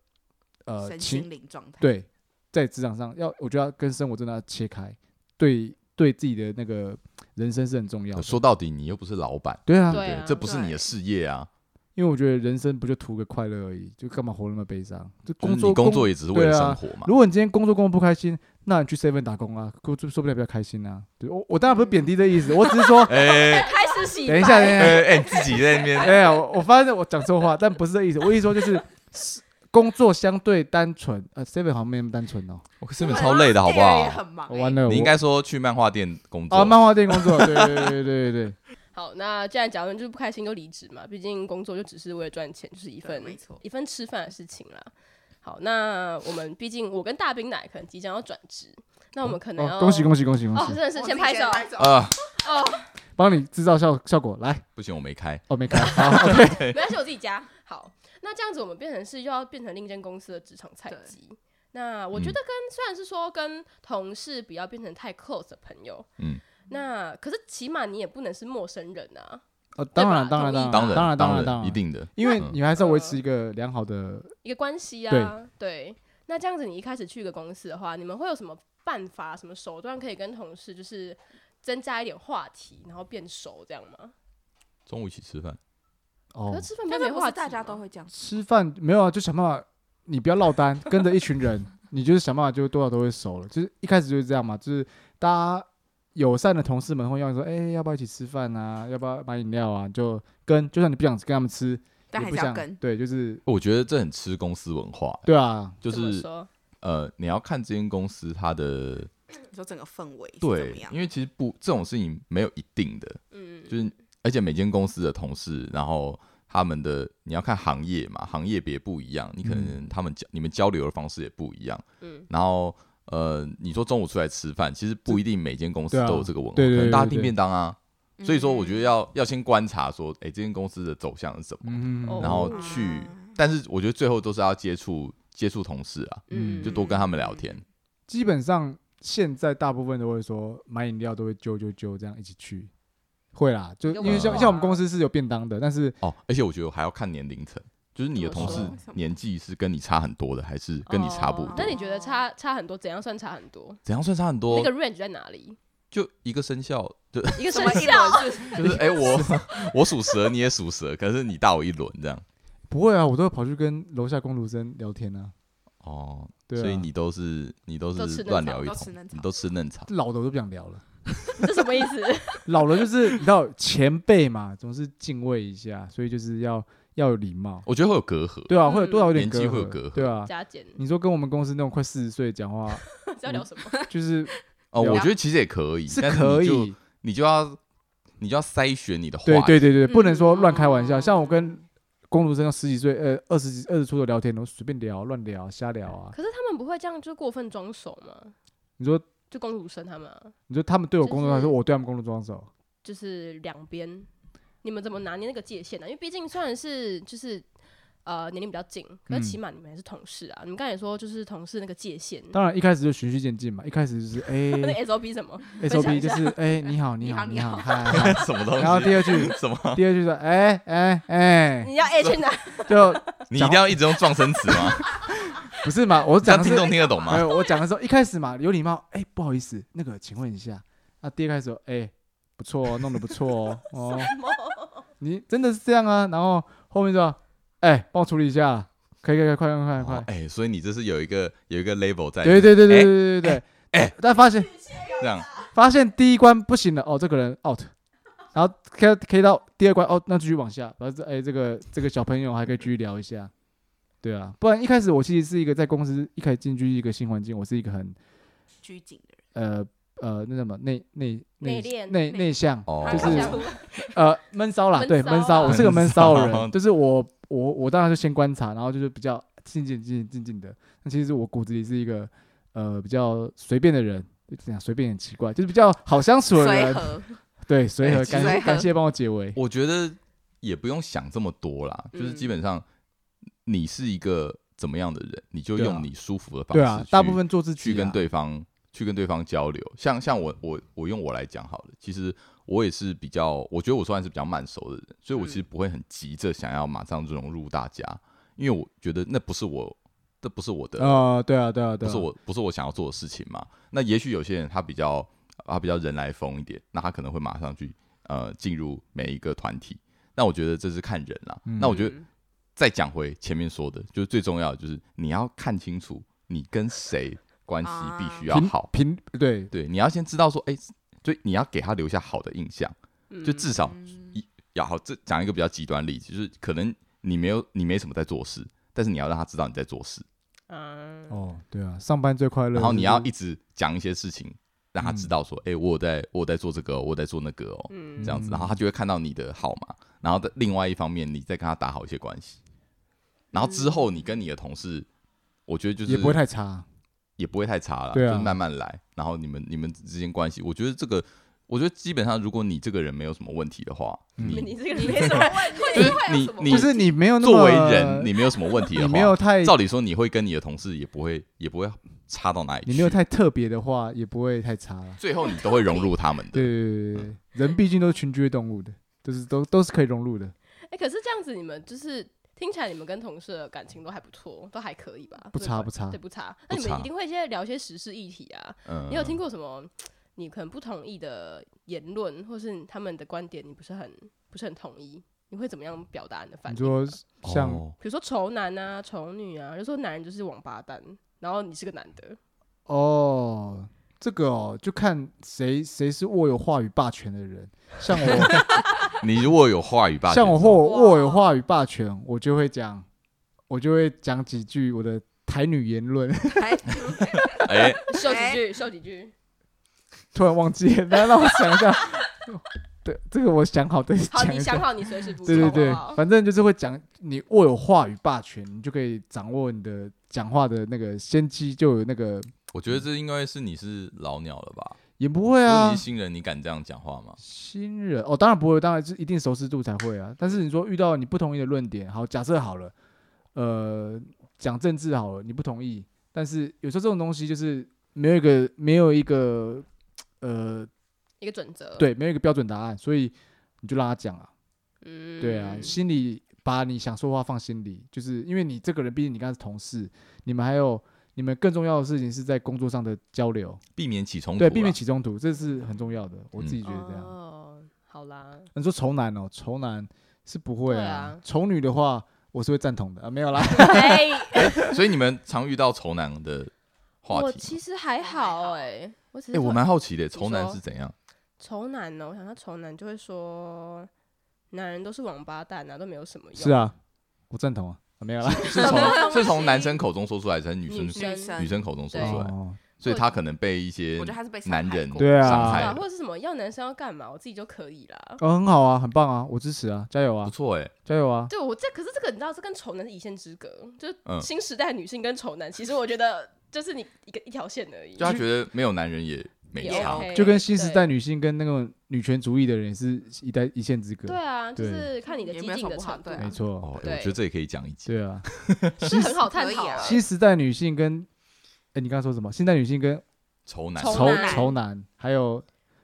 Speaker 4: 呃
Speaker 2: 身
Speaker 4: 情
Speaker 2: 心灵状态。啊
Speaker 4: 对，在职场上要，我觉得要跟生活真的要切开，对对自己的那个人生是很重要的。
Speaker 3: 说到底，你又不是老板，
Speaker 4: 对啊，
Speaker 1: 对啊
Speaker 3: 这不是你的事业啊，
Speaker 4: 因为我觉得人生不就图个快乐而已，就干嘛活那么悲伤？就
Speaker 3: 就是
Speaker 4: 工
Speaker 3: 你
Speaker 4: 作
Speaker 3: 工作也只是为了生活嘛。，
Speaker 4: 如果你今天工作工作不开心，那你去 seven 打工啊，工作说不定比较开心啊。对我我当然不是贬低的意思，我只是 说
Speaker 3: 哎
Speaker 2: 啊
Speaker 1: 开始洗白
Speaker 4: 啊等一下，等 一下，
Speaker 3: 哎哎，你自己在那 边，
Speaker 4: 哎呀，我我发现我讲错话，但不是这意思，我意思说就是是工作相对单纯，呃，seven 好像没那么单纯哦。
Speaker 3: 我根本超累的好不
Speaker 2: 也
Speaker 3: 好？
Speaker 2: 很忙
Speaker 4: 我
Speaker 2: 欸。
Speaker 4: 完了，
Speaker 3: 你应
Speaker 4: 我
Speaker 3: 该说去漫画店工
Speaker 4: 哦，
Speaker 3: 作，
Speaker 4: 漫画店工作，对对对对对对。
Speaker 1: 好，那既然讲完就是不开心就离职嘛，毕竟工作就只是为了赚钱，就是一份
Speaker 2: 对没错
Speaker 1: 一份吃饭的事情啦。好，那我们毕竟我跟大兵奶可能即将要转职，那我们可能要、
Speaker 4: 哦，恭喜恭喜恭喜恭
Speaker 1: 哦，
Speaker 4: 喜
Speaker 1: 真！的是先拍手
Speaker 2: 欸我，自己
Speaker 3: 啊，
Speaker 4: 帮你制造效效果来。
Speaker 3: 不行，我没开。
Speaker 4: 哦，没看好，OK。
Speaker 1: 没关系，我自己加。好，那这样子我们变成是又要变成另一间公司的职场菜鸡。那我觉得跟、虽然是说跟同事不要变成太 close 的朋友，
Speaker 3: 嗯，
Speaker 1: 那可是起码你也不能是陌生人啊，
Speaker 4: 哦，当然
Speaker 1: 对吧
Speaker 4: 当然
Speaker 1: 同意
Speaker 4: 当
Speaker 3: 然，
Speaker 4: 当然
Speaker 3: 当
Speaker 4: 然当然
Speaker 3: 一，定的。
Speaker 4: 因为
Speaker 3: 嗯
Speaker 4: 你还是要维持一个良好的。
Speaker 1: 一个关系啊，对。那这样子你一开始去一个公司的话，你们会有什么办法、什么手段可以跟同事就是增加一点话题，然后变熟这样吗？
Speaker 3: 中午一起吃饭，
Speaker 1: 可
Speaker 4: 哦
Speaker 1: 是，吃饭
Speaker 2: 但
Speaker 1: 不
Speaker 2: 是
Speaker 1: 没
Speaker 2: 不
Speaker 1: 话
Speaker 2: 是
Speaker 1: 题啊
Speaker 2: 大家
Speaker 1: 吗
Speaker 2: 都会这样？
Speaker 4: 吃饭没有啊，就想办法，你不要落单，跟着一群人，你就是想办法，就多少都会熟了。就是一开始就是这样嘛，就是大家友善的同事们会要你说，哎，要不要一起吃饭啊？要不要买饮料啊？就跟，就算你不想跟他们吃，
Speaker 2: 但
Speaker 4: 也
Speaker 2: 还
Speaker 4: 不
Speaker 2: 是要
Speaker 4: 想
Speaker 2: 跟。
Speaker 4: 对，就是
Speaker 3: 我觉得这很吃公司文化，
Speaker 4: 对啊，
Speaker 3: 就
Speaker 1: 怎么
Speaker 3: 是
Speaker 1: 说
Speaker 3: 呃，你要看这间公司它的
Speaker 2: 你说整个氛围是怎么
Speaker 3: 对，
Speaker 2: 样
Speaker 3: 因？为其实不这种事情没有一定的，
Speaker 1: 嗯，
Speaker 3: 就是而且每间公司的同事，然后他们的你要看行业嘛，行业别不一样，你
Speaker 4: 嗯
Speaker 3: 可能他们交、你们交流的方式也不一样，
Speaker 1: 嗯，
Speaker 3: 然后呃，你说中午出来吃饭，其实不一定每间公司
Speaker 4: 对啊
Speaker 3: 都有这个文化，
Speaker 4: 对对对
Speaker 3: 可能大家
Speaker 4: 对
Speaker 3: 订
Speaker 4: 对
Speaker 3: 便当啊，所以说我觉得
Speaker 2: 嗯
Speaker 3: 要要先观察说，哎、这间公司的走向是什么，
Speaker 4: 嗯，
Speaker 1: 哦
Speaker 3: 然后
Speaker 1: 嗯
Speaker 3: 去
Speaker 2: 啊，
Speaker 3: 但是我觉得最后都是要接触接触同事啊，
Speaker 1: 嗯，
Speaker 3: 就多跟他们聊天，
Speaker 4: 基本上现在大部分都会说买饮料都会揪揪揪这样一起去，会啦，就
Speaker 1: 有
Speaker 4: 因为
Speaker 3: 文
Speaker 4: 像
Speaker 3: 化
Speaker 4: 像我们公司是有便当的，但是
Speaker 3: 哦，而且我觉得我还要看年龄层，就是你的同
Speaker 1: 怎
Speaker 3: 事
Speaker 1: 么
Speaker 2: 说
Speaker 3: 年纪是跟你差很多的，还是跟你差不
Speaker 1: 哦
Speaker 3: 多
Speaker 1: 那？你觉得差差很多？怎样算差很多？
Speaker 3: 怎样算差很多
Speaker 1: 那？个 range 在哪 里？
Speaker 3: 就一个生肖， 就
Speaker 1: 一个
Speaker 2: 什
Speaker 1: 生
Speaker 2: 么一
Speaker 1: 肖
Speaker 2: 轮是
Speaker 3: 就是哎、我我属蛇，你也属蛇，可是你大我一轮这样。
Speaker 4: 不会啊，我都会跑去跟楼下工读生聊天啊。
Speaker 3: 哦，
Speaker 4: 对啊，
Speaker 3: 所以你都是你都
Speaker 1: 都
Speaker 3: 是
Speaker 1: 吃嫩
Speaker 3: 乱
Speaker 1: 草
Speaker 3: 聊一
Speaker 2: 都吃
Speaker 3: 通
Speaker 2: 嫩，草
Speaker 3: 你都吃嫩草。
Speaker 4: 老的我都不想聊了，
Speaker 1: 你这什么意 思？
Speaker 4: 老了就是 你知道前辈嘛，总是敬畏一下，所以就是要要有礼貌，
Speaker 3: 我觉得会有隔阂，
Speaker 4: 对啊，会有多少有点
Speaker 3: 年纪会有隔阂
Speaker 4: 对啊。
Speaker 1: 加减，
Speaker 3: 嗯
Speaker 4: 你说跟我们公司那种快四十岁讲话，
Speaker 1: 是要聊什么？
Speaker 4: 就是
Speaker 3: 哦，
Speaker 4: 对啊
Speaker 3: 我觉得其实也可以，
Speaker 4: 是
Speaker 3: 但
Speaker 4: 可
Speaker 3: 你就
Speaker 4: 以，
Speaker 3: 你就要你就要筛选你的话
Speaker 4: 对对
Speaker 3: 题，
Speaker 4: 对对，不能说乱开玩笑。
Speaker 2: 嗯
Speaker 4: 像我跟公读生十几岁，呃，二十几、二十出头聊天，我随便聊、乱聊、瞎聊啊。
Speaker 1: 可是他们不会这样就过分装熟吗？
Speaker 4: 你说，
Speaker 1: 就公主生他们啊，
Speaker 4: 你说他们对我工作，
Speaker 1: 就是
Speaker 4: 还是我对他们工作装手？
Speaker 1: 就是两边，你们怎么拿捏那个界限呢、因为毕竟虽然是就是呃年龄比较近，可
Speaker 4: 嗯
Speaker 1: 是起码你们还是同事啊。你们刚才也说就是同事那个界限，
Speaker 4: 当然一开始就循序渐进嘛，一开 始就是
Speaker 1: 那
Speaker 4: 哎
Speaker 1: 个 SOP 什么？享
Speaker 4: SOP
Speaker 1: 一
Speaker 4: 就
Speaker 1: 下
Speaker 4: 是哎你好你
Speaker 2: 你
Speaker 4: 好
Speaker 2: 好
Speaker 4: 你
Speaker 2: 你
Speaker 4: 好，
Speaker 2: 好
Speaker 4: 嗨嗨
Speaker 3: 什么
Speaker 4: 然
Speaker 3: 东
Speaker 4: 后
Speaker 3: 西？
Speaker 4: 第二句
Speaker 3: 什么？
Speaker 4: 第二句说哎哎哎，
Speaker 1: 你要 A 去哪？
Speaker 4: 就
Speaker 3: 你一定要一直用撞声词吗？
Speaker 4: 不是嘛？我
Speaker 3: 这
Speaker 4: 讲
Speaker 3: 样
Speaker 4: 的
Speaker 3: 听
Speaker 4: 是哎
Speaker 3: 众听得懂
Speaker 4: 没
Speaker 3: 吗？
Speaker 4: 有，我讲的时候一开始嘛有礼貌，哎不好意思，那个请问一下，那第二开始说哎不错哦，弄得不错哦哦， 你真的是这样啊？然后后面说哎帮我处理一下，可以可以可以快快快快
Speaker 3: 哦，哎，所以你这是有一个有一个 label 在，
Speaker 4: 对对对对
Speaker 3: 哎
Speaker 4: 对对对，哎，但发现
Speaker 3: 这样
Speaker 4: 发现第一关不行了，哦，这个人 out，然后 K K 到第二关，哦，那继续往下，然后这哎，这个这个小朋友还可以继续聊一下，对啊，不然一开始我其实是一个在公司一开始进去一个新环境，我是一个很
Speaker 2: 拘谨的人，
Speaker 4: 呃呃那什么内内
Speaker 1: 内
Speaker 4: 内
Speaker 1: 敛
Speaker 4: 内内向，
Speaker 3: 哦，
Speaker 4: 就是
Speaker 1: 想不
Speaker 4: 呃闷骚啦，
Speaker 1: 闷
Speaker 4: 对
Speaker 1: 骚
Speaker 4: 闷骚，
Speaker 1: 啊
Speaker 4: 我是个闷骚的人，
Speaker 3: 闷骚
Speaker 4: 就是我我我当然就先观察，然后就是比较静静静静静静的，那其实我骨子里是一个呃比较随便的人。就这样随便很奇怪，就是比较好相处的
Speaker 2: 随
Speaker 4: 人，
Speaker 2: 和，
Speaker 4: 对，随和
Speaker 3: 哎
Speaker 4: 感
Speaker 2: 随
Speaker 4: 谢
Speaker 2: 和
Speaker 4: 感谢帮我解围。
Speaker 3: 我觉得也不用想这么多啦，就是
Speaker 1: 嗯
Speaker 3: 基本上你是一个怎么样的人，你就
Speaker 4: 对啊
Speaker 3: 用你舒服的方
Speaker 4: 对
Speaker 3: 式去，
Speaker 4: 啊，大部分做自
Speaker 3: 去
Speaker 4: 己、啊，
Speaker 3: 跟对方去跟对方交流。像像我我我用我来讲好了，其实我也是比较，我觉得我算是比较慢熟的人，所以我
Speaker 2: 嗯
Speaker 3: 其实不会很急着想要马上融入大家，因为我觉得那不是我，这不是我的，
Speaker 4: 呃，对啊，对啊，对
Speaker 3: 不
Speaker 4: 啊，
Speaker 3: 是我不是我想要做的事情嘛。那也许有些人他比较他比较人来疯一点，那他可能会马上去呃进入每一个团体。那我觉得这是看人啦。
Speaker 4: 嗯
Speaker 3: 那我觉得
Speaker 2: 嗯
Speaker 3: 再讲回前面说的，就是最重要的就是你要看清楚你跟谁关系必须要
Speaker 4: 平
Speaker 3: 好。
Speaker 4: 平对，
Speaker 3: 对，你要先知道说，哎、所以你要给他留下好的印象，
Speaker 1: 嗯
Speaker 3: 就至少
Speaker 2: 嗯
Speaker 3: 一要好。这讲一个比较极端例子，就是可能你没有你没什么在做事，但是你要让他知道你在做事，
Speaker 1: 嗯，
Speaker 4: 哦，对啊，上班最快乐。
Speaker 3: 然后你要一
Speaker 4: 就是
Speaker 3: 直讲一些事情，让他知道说，哎、我有在我有在做这个哦，我有在做那个哦，
Speaker 1: 嗯
Speaker 3: 这样子，
Speaker 4: 嗯
Speaker 3: 然后他就会看到你的好嘛。然后在另外一方面，你再跟他打好一些关系，然后之
Speaker 1: 嗯
Speaker 3: 后你跟你的同事，我觉得就是
Speaker 4: 也不会太差。啊
Speaker 3: 也不会太差了，
Speaker 4: 对啊
Speaker 3: 就是慢慢来。然后你们你们之间关系，我觉得这个，我觉得基本上，如果你这个人没有什么问题的话，
Speaker 4: 嗯
Speaker 1: 你
Speaker 3: 你
Speaker 1: 这个人
Speaker 2: 你
Speaker 1: 没
Speaker 2: 没
Speaker 1: 什
Speaker 2: 什
Speaker 1: 么
Speaker 2: 么问题，
Speaker 3: 就是
Speaker 2: 会有
Speaker 3: 你
Speaker 2: 什么
Speaker 3: 你
Speaker 4: 就是你没有那么
Speaker 3: 作为人，你没有什么问题的
Speaker 4: 你
Speaker 3: 话，
Speaker 4: 没有太
Speaker 3: 照理说你会跟你的同事也不会也不会差到哪里去，
Speaker 4: 你没有太特别的话，也不会太差了。
Speaker 3: 最后你都会融入他们
Speaker 4: 对
Speaker 3: 的。
Speaker 4: 对对对对，人毕竟都是群居的动物的，都是都都是可以融入的。
Speaker 1: 哎、可是这样子，你们就是听起来你们跟同事的感情都还不错，都还可以吧？
Speaker 4: 不差
Speaker 1: 对
Speaker 4: 不差
Speaker 1: 对不差。
Speaker 3: 不
Speaker 1: 那
Speaker 3: 差
Speaker 1: 你们一定会先聊一些时事议题啊。
Speaker 3: 嗯，
Speaker 1: 你有听过什么？你可能不同意的言论，或是他们的观点，你不是很不是很同意，你会怎么样表达你的反
Speaker 4: 你
Speaker 1: 应啊？
Speaker 4: 说像、
Speaker 3: 哦
Speaker 1: 比如说丑男啊、丑女啊，就说男人就是王八蛋，然后你是个男 的，
Speaker 4: 哦，这个哦，就看谁谁是握有话语霸权的人。像我，
Speaker 3: 你如果有话语 霸权
Speaker 4: 像我
Speaker 3: 的话
Speaker 4: 握握有话语霸权，我就会讲，我就会讲几句我的台女言论。
Speaker 2: 还
Speaker 3: 哎，
Speaker 1: 秀几句，秀几句，
Speaker 4: 突然忘记了，来让我想一下。对，这个我想好的
Speaker 1: 好，
Speaker 4: 讲
Speaker 1: 你
Speaker 4: 一
Speaker 1: 想
Speaker 4: 下。
Speaker 1: 好你随时补充，
Speaker 4: 对对
Speaker 1: 好不
Speaker 4: 对
Speaker 1: 好，？
Speaker 4: 反正就是会讲，你握有话语霸权，你就可以掌握你的讲话的那个先机，就有那个
Speaker 3: 我觉得这应该是你是老鸟了吧？
Speaker 4: 也不会
Speaker 3: 如果
Speaker 4: 啊
Speaker 3: 你是。新人，你敢这样讲话吗？
Speaker 4: 新人哦，当然不会，当然是一定熟识度才会啊。但是你说遇到你不同意的论点，好，假设好了，呃，讲政治好了，你不同意，但是有时候这种东西就是没有一个没有一个呃
Speaker 1: 一个准则，，
Speaker 4: 对，没有一个标准答案，所以你就让他讲啊。
Speaker 1: 嗯
Speaker 4: 对啊，心里把你想说的话放心里，就是因为你这个人，毕竟你跟他是同事，你们还有你们更重要的事情是在工作上的交流，
Speaker 3: 避免起冲突啦，嗯
Speaker 4: 对，避免起冲突，这是很重要的。我自己觉得这样。
Speaker 1: 哦，好啦，
Speaker 4: 你说丑男哦，丑男是不会
Speaker 1: 对
Speaker 4: 啊
Speaker 1: 啊，
Speaker 4: 丑、女的话我是会赞同的啊，没 有啦。
Speaker 1: 哎，
Speaker 3: 所以你们常遇到丑男的话
Speaker 1: 我
Speaker 3: 题吗？
Speaker 1: 其实还好哎、我只
Speaker 3: 哎、
Speaker 1: 是
Speaker 3: 我
Speaker 1: 会
Speaker 3: 蛮好奇的，
Speaker 1: 说
Speaker 3: 丑男是怎样？
Speaker 1: 丑男哦呢、我想到丑男就会说，男人都是王八蛋啊，都没有什么用。
Speaker 4: 是，啊，我赞同啊，啊没有啦。
Speaker 3: 是
Speaker 1: 什么
Speaker 3: 从
Speaker 1: 东
Speaker 3: 是从
Speaker 1: 西
Speaker 3: 男生口中说出来，还是女
Speaker 1: 女
Speaker 3: 生
Speaker 1: 生
Speaker 2: 生
Speaker 3: 女生口中说出来？
Speaker 4: 哦，
Speaker 3: 所以他可能被一些
Speaker 2: 我觉得他是被伤害
Speaker 3: 男人
Speaker 2: 过
Speaker 4: 对啊
Speaker 3: 伤
Speaker 1: 对
Speaker 3: 害
Speaker 1: 啊，
Speaker 3: 了
Speaker 1: 或，者是什么要男生要干嘛，我自己就可以啦。
Speaker 4: 哦很好啊，很棒啊，我支持啊，加油
Speaker 3: 不
Speaker 4: 啊，
Speaker 3: 错哎、
Speaker 4: 加油啊！
Speaker 1: 对我这可是这个你知道，这跟丑男是一线之隔，就
Speaker 3: 嗯
Speaker 1: 是新时代女性跟丑男，其实我觉得 就是你一个一条线而已。
Speaker 3: 就他觉得没有男人也没
Speaker 1: 也
Speaker 3: 差，
Speaker 1: OK
Speaker 4: 就跟新时代女性跟那种女权主义的人也是一代一线之隔
Speaker 1: 对，啊，就
Speaker 4: 对
Speaker 1: 是看你的
Speaker 2: 也
Speaker 1: 激
Speaker 2: 没有
Speaker 1: 进
Speaker 2: 什么
Speaker 1: 的
Speaker 2: 不好
Speaker 1: 程度
Speaker 2: 对，啊
Speaker 4: 没错，
Speaker 3: 哦，哎
Speaker 1: 对
Speaker 3: 我觉得这也可以讲一集。
Speaker 4: 对啊。
Speaker 1: 是 很好探讨
Speaker 2: 可以
Speaker 1: 啊
Speaker 2: 啊。
Speaker 4: 新时代女性跟哎，你刚刚说什么？新时代女性跟
Speaker 3: 丑男，
Speaker 1: 丑
Speaker 4: 丑
Speaker 1: 男
Speaker 4: 丑男，还有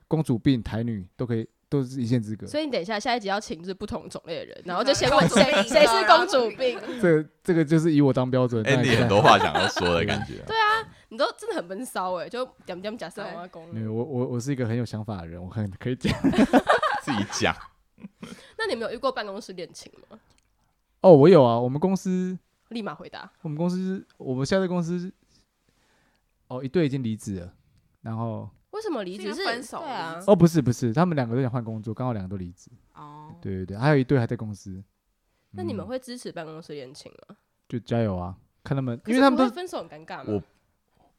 Speaker 4: 公主病、台女都可以，都是一线之隔。
Speaker 1: 所以你等一下下一集要请就是不同种类的人，然后
Speaker 2: 啊
Speaker 1: 就先问
Speaker 2: 公主病啊
Speaker 1: 谁谁是公主病。
Speaker 4: 这个这个就是以我当标准，
Speaker 3: 哎、
Speaker 4: 那
Speaker 3: 你
Speaker 4: 你
Speaker 3: 很
Speaker 4: 看
Speaker 3: 多话想要说的感觉、对啊，
Speaker 1: 你都真的很闷骚哎，就点点假设我要公。
Speaker 4: 没有，我我我是一个很有想法的人，我很可以讲。
Speaker 3: 自己讲。
Speaker 1: 那你们有遇过办公室恋情吗？
Speaker 4: 哦，我有啊，我们公司，
Speaker 1: 立马回答。
Speaker 4: 我们公司，我们现在公司，哦，一对已经离职了，然后
Speaker 1: 为什么离
Speaker 2: 是因
Speaker 1: 职
Speaker 2: 为
Speaker 1: 是
Speaker 2: 分手
Speaker 1: 对啊
Speaker 2: 离，
Speaker 4: 哦，不是不是，他们两个都想换工作，刚好两个都离职。
Speaker 2: 哦，
Speaker 4: 对对对，还有一对还在公司。
Speaker 1: 那你们
Speaker 4: 嗯
Speaker 1: 会支持办公室恋情吗？
Speaker 4: 就加油啊，看他们，
Speaker 1: 可
Speaker 4: 因
Speaker 1: 是
Speaker 4: 为他们
Speaker 1: 不
Speaker 4: 都
Speaker 1: 会分手很尴尬
Speaker 3: 我
Speaker 1: 嘛。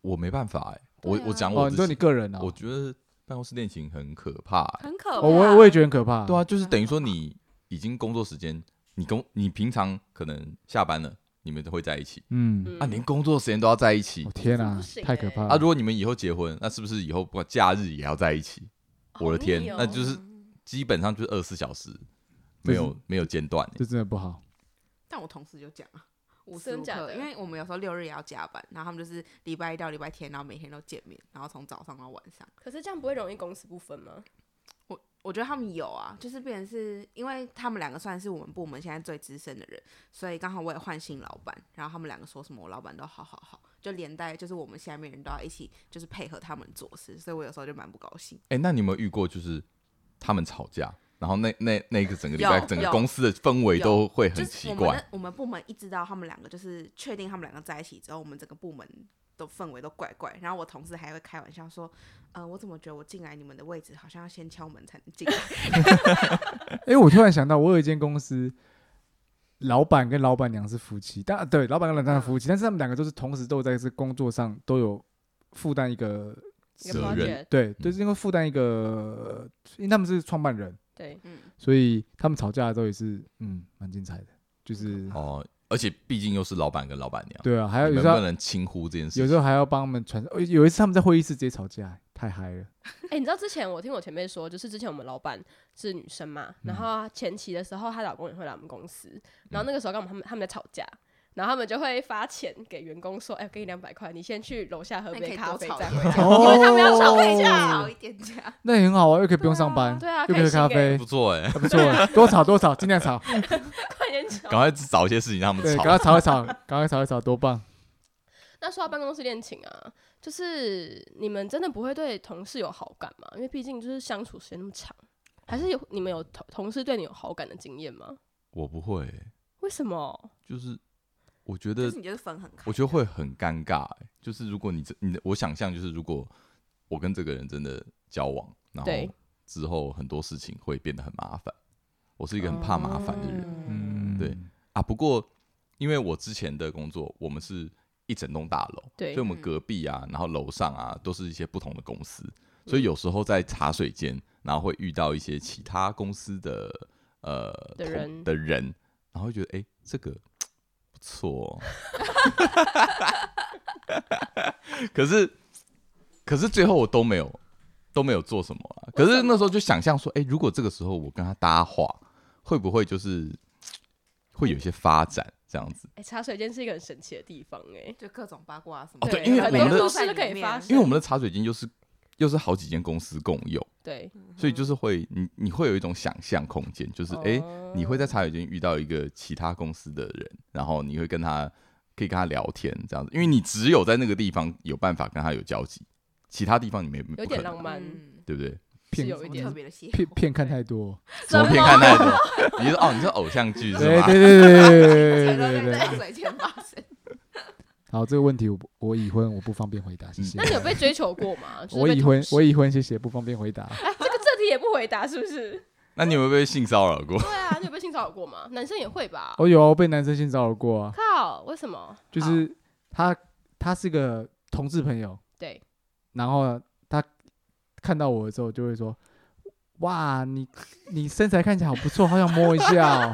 Speaker 3: 我没办法哎、我
Speaker 1: 对啊
Speaker 3: 我讲
Speaker 4: 哦，
Speaker 3: 我
Speaker 4: 你
Speaker 3: 自
Speaker 4: 说
Speaker 3: 己
Speaker 4: 你个人啊，
Speaker 3: 我觉得办公室恋情很可怕、欸。
Speaker 2: 很可
Speaker 4: 哦，
Speaker 2: 怕。
Speaker 4: 我也我也觉得很可怕。
Speaker 3: 对啊，就是等于说你已经工作时间，你工你平常可能下班了，你们都会在一起
Speaker 4: 嗯，
Speaker 1: 嗯
Speaker 3: 啊，连工作时间都要在一起
Speaker 4: 我天
Speaker 1: 这
Speaker 4: 啊
Speaker 1: 不行，
Speaker 4: 太可怕
Speaker 1: 欸
Speaker 4: 了
Speaker 3: 啊。如果你们以后结婚，那是不是以后不管假日也要在一起？我的天，那就是
Speaker 1: 嗯
Speaker 3: 基本上就是二十四小时没有没有间断欸、
Speaker 4: 这真的不好。
Speaker 2: 但我同事就讲啊，无时
Speaker 1: 真
Speaker 2: 无
Speaker 1: 假
Speaker 2: 刻，
Speaker 1: 的
Speaker 2: 因为我们有时候六日也要加班，然后他们就是礼拜一到礼拜天，然后每天都见面，然后从早上到晚上。
Speaker 1: 可是这样不会容易公私不分吗？
Speaker 2: 我我觉得他们有啊，就是变成是因为他们两个算是我们部门现在最资深的人，所以刚好我也换新老板，然后他们两个说什么，我老板都好好好，就连带就是我们下面人都要一起就是配合他们做事，所以我有时候就蛮不高兴。
Speaker 3: 哎、那你有没有遇过就是他们吵架，然后那那那个整个礼拜
Speaker 2: 有
Speaker 3: 整个
Speaker 2: 有
Speaker 3: 公司的氛围
Speaker 2: 有
Speaker 3: 都会
Speaker 2: 就
Speaker 3: 很
Speaker 2: 是
Speaker 3: 奇
Speaker 2: 我们
Speaker 3: 怪
Speaker 2: 的？我们部门一直到他们两个就是确定他们两个在一起之后，我们整个部门的氛围都怪怪。然后我同事还会开玩笑说：“呃，我怎么觉得我进来你们的位置好像要先敲门才能 进来
Speaker 4: 哎，我突然想到，我有一间公司，老板跟老板娘是夫妻，但对，老板跟老板娘是
Speaker 1: 嗯
Speaker 4: 夫妻，但是他们两个都是同时都在这工作上都有负担一个，
Speaker 1: 一个
Speaker 3: 责
Speaker 1: project
Speaker 3: 任
Speaker 4: 对，就是因为负担一个，因为他们是创办人，
Speaker 1: 对？”
Speaker 2: 嗯，
Speaker 4: 所以他们吵架的时候也是，嗯，蛮精彩的，就是
Speaker 3: 哦，而且毕竟又是老板跟老板娘，
Speaker 4: 对啊，还有
Speaker 3: 你
Speaker 4: 有
Speaker 3: 们
Speaker 4: 时候
Speaker 3: 不能轻忽这件事。
Speaker 4: 有时候还要帮他们传，哦有一次他们在会议室直接吵架，太嗨了。
Speaker 1: 哎、你知道之前我听我前辈说，就是之前我们老板是女生嘛，
Speaker 4: 嗯
Speaker 1: 然后前期的时候她老公也会来我们公司，然后那个时候刚好他们他们在吵架。然后他们就会发钱给员工说：“哎、我给你两百块，你先去楼下喝
Speaker 2: 那可
Speaker 1: 杯
Speaker 2: 以
Speaker 1: 咖
Speaker 2: 多
Speaker 1: 啡
Speaker 2: 吵
Speaker 1: 再
Speaker 2: 一
Speaker 1: 回
Speaker 2: 点
Speaker 1: 来。
Speaker 4: 哦
Speaker 1: 因为他们要吵
Speaker 2: 可以
Speaker 1: 架，
Speaker 2: 吵一点架。
Speaker 4: 那也很好啊，又可以不用上班，
Speaker 1: 对啊，
Speaker 4: 又
Speaker 1: 可
Speaker 4: 可以喝
Speaker 1: 以
Speaker 4: 咖
Speaker 1: 先给
Speaker 4: 啡
Speaker 3: 不，错哎、
Speaker 4: 还不错。多吵多吵，尽量吵，
Speaker 1: 快点吵。
Speaker 3: 赶快找一些事情让他
Speaker 4: 对，
Speaker 3: 们
Speaker 4: 赶
Speaker 3: 吵。
Speaker 4: 快吵一吵，赶快吵一吵，多棒！
Speaker 1: 那说到办公室恋情啊，就是你们真的不会对同事有好感吗？因为毕竟就是相处时间那么长，还是有你们有同同事对你有好感的经验吗？
Speaker 3: 我不会欸、
Speaker 1: 为什么？
Speaker 3: 就是我觉
Speaker 2: 就
Speaker 3: 得
Speaker 2: 是，你就是分很开，
Speaker 3: 我觉得会很尴尬、欸。就是如果你真你的，我想象就是如果我跟这个人真的交往，然后
Speaker 1: 对
Speaker 3: 之后很多事情会变得很麻烦。我是一个很怕麻烦的
Speaker 2: 哦
Speaker 3: 人、
Speaker 4: 嗯，
Speaker 3: 对啊。不过因为我之前的工作，我们是一整栋大楼，
Speaker 1: 对
Speaker 3: 所以我们
Speaker 2: 嗯
Speaker 3: 隔壁啊，然后楼上啊，都是一些不同的公司，所以有时候在茶水间，然后会遇到一些其他公司的呃
Speaker 1: 的
Speaker 3: 同
Speaker 1: 人
Speaker 3: 的人，然后会觉得哎、诶这个不错、哦，可是可是最后我都没有都没有做什么啊。可是那时候就想象说，哎、如果这个时候我跟他搭话，会不会就是会有一些发展这样子？
Speaker 1: 哎、茶水间是一个很神奇的地方哎、
Speaker 2: 就各种八卦什么
Speaker 3: 哦
Speaker 2: 的。
Speaker 3: 对因为
Speaker 1: 很
Speaker 3: 我
Speaker 1: 多
Speaker 3: 们的
Speaker 1: 故事都可以发生，
Speaker 3: 因为我们的茶水间就是又是好几间公司共有，
Speaker 1: 对，
Speaker 3: 所以就是会你你会有一种想象空间，就是哎、诶
Speaker 1: 哦
Speaker 3: 你会在茶水间遇到一个其他公司的人，然后你会跟他可以跟他聊天这样子，因为你只有在那个地方有办法跟他有交集，其他地方你没不
Speaker 1: 有
Speaker 3: 可
Speaker 1: 点
Speaker 3: 能，
Speaker 1: 浪漫，
Speaker 2: 嗯，
Speaker 3: 对 不对？
Speaker 1: 是
Speaker 4: 骗
Speaker 1: 有一点
Speaker 2: 特别的喜
Speaker 4: 骗骗看太多，
Speaker 3: 什么
Speaker 1: 怎
Speaker 3: 片
Speaker 1: 么
Speaker 3: 看太多？你是哦，你是偶像剧
Speaker 4: 对
Speaker 3: 是
Speaker 4: 对
Speaker 3: 吗？
Speaker 4: 对对对
Speaker 2: 结
Speaker 4: 对
Speaker 2: 论
Speaker 4: 对
Speaker 2: 在
Speaker 4: 对。
Speaker 2: 注水前发生。
Speaker 4: 好，这个问题我不我已婚，我不方便回答，谢谢
Speaker 1: 那。你有被追求过吗？就是
Speaker 4: 我
Speaker 1: 被
Speaker 4: 已
Speaker 1: 同
Speaker 4: 婚，
Speaker 1: 事
Speaker 4: 我已婚，谢谢，不方便回答。
Speaker 1: 哎， 这个这题也不回答，是不是？
Speaker 3: 那你有没有被性骚扰过？
Speaker 1: 对啊，你有被性骚扰过吗？男生也会吧？
Speaker 4: 我有啊我被男生性骚扰过啊，
Speaker 1: 靠，为什么？
Speaker 4: 就是他他是个同志朋友，
Speaker 1: 对，
Speaker 4: 然后他看到我的时候就会说：“哇，你你身材看起来好不错，好想摸一下、哦。”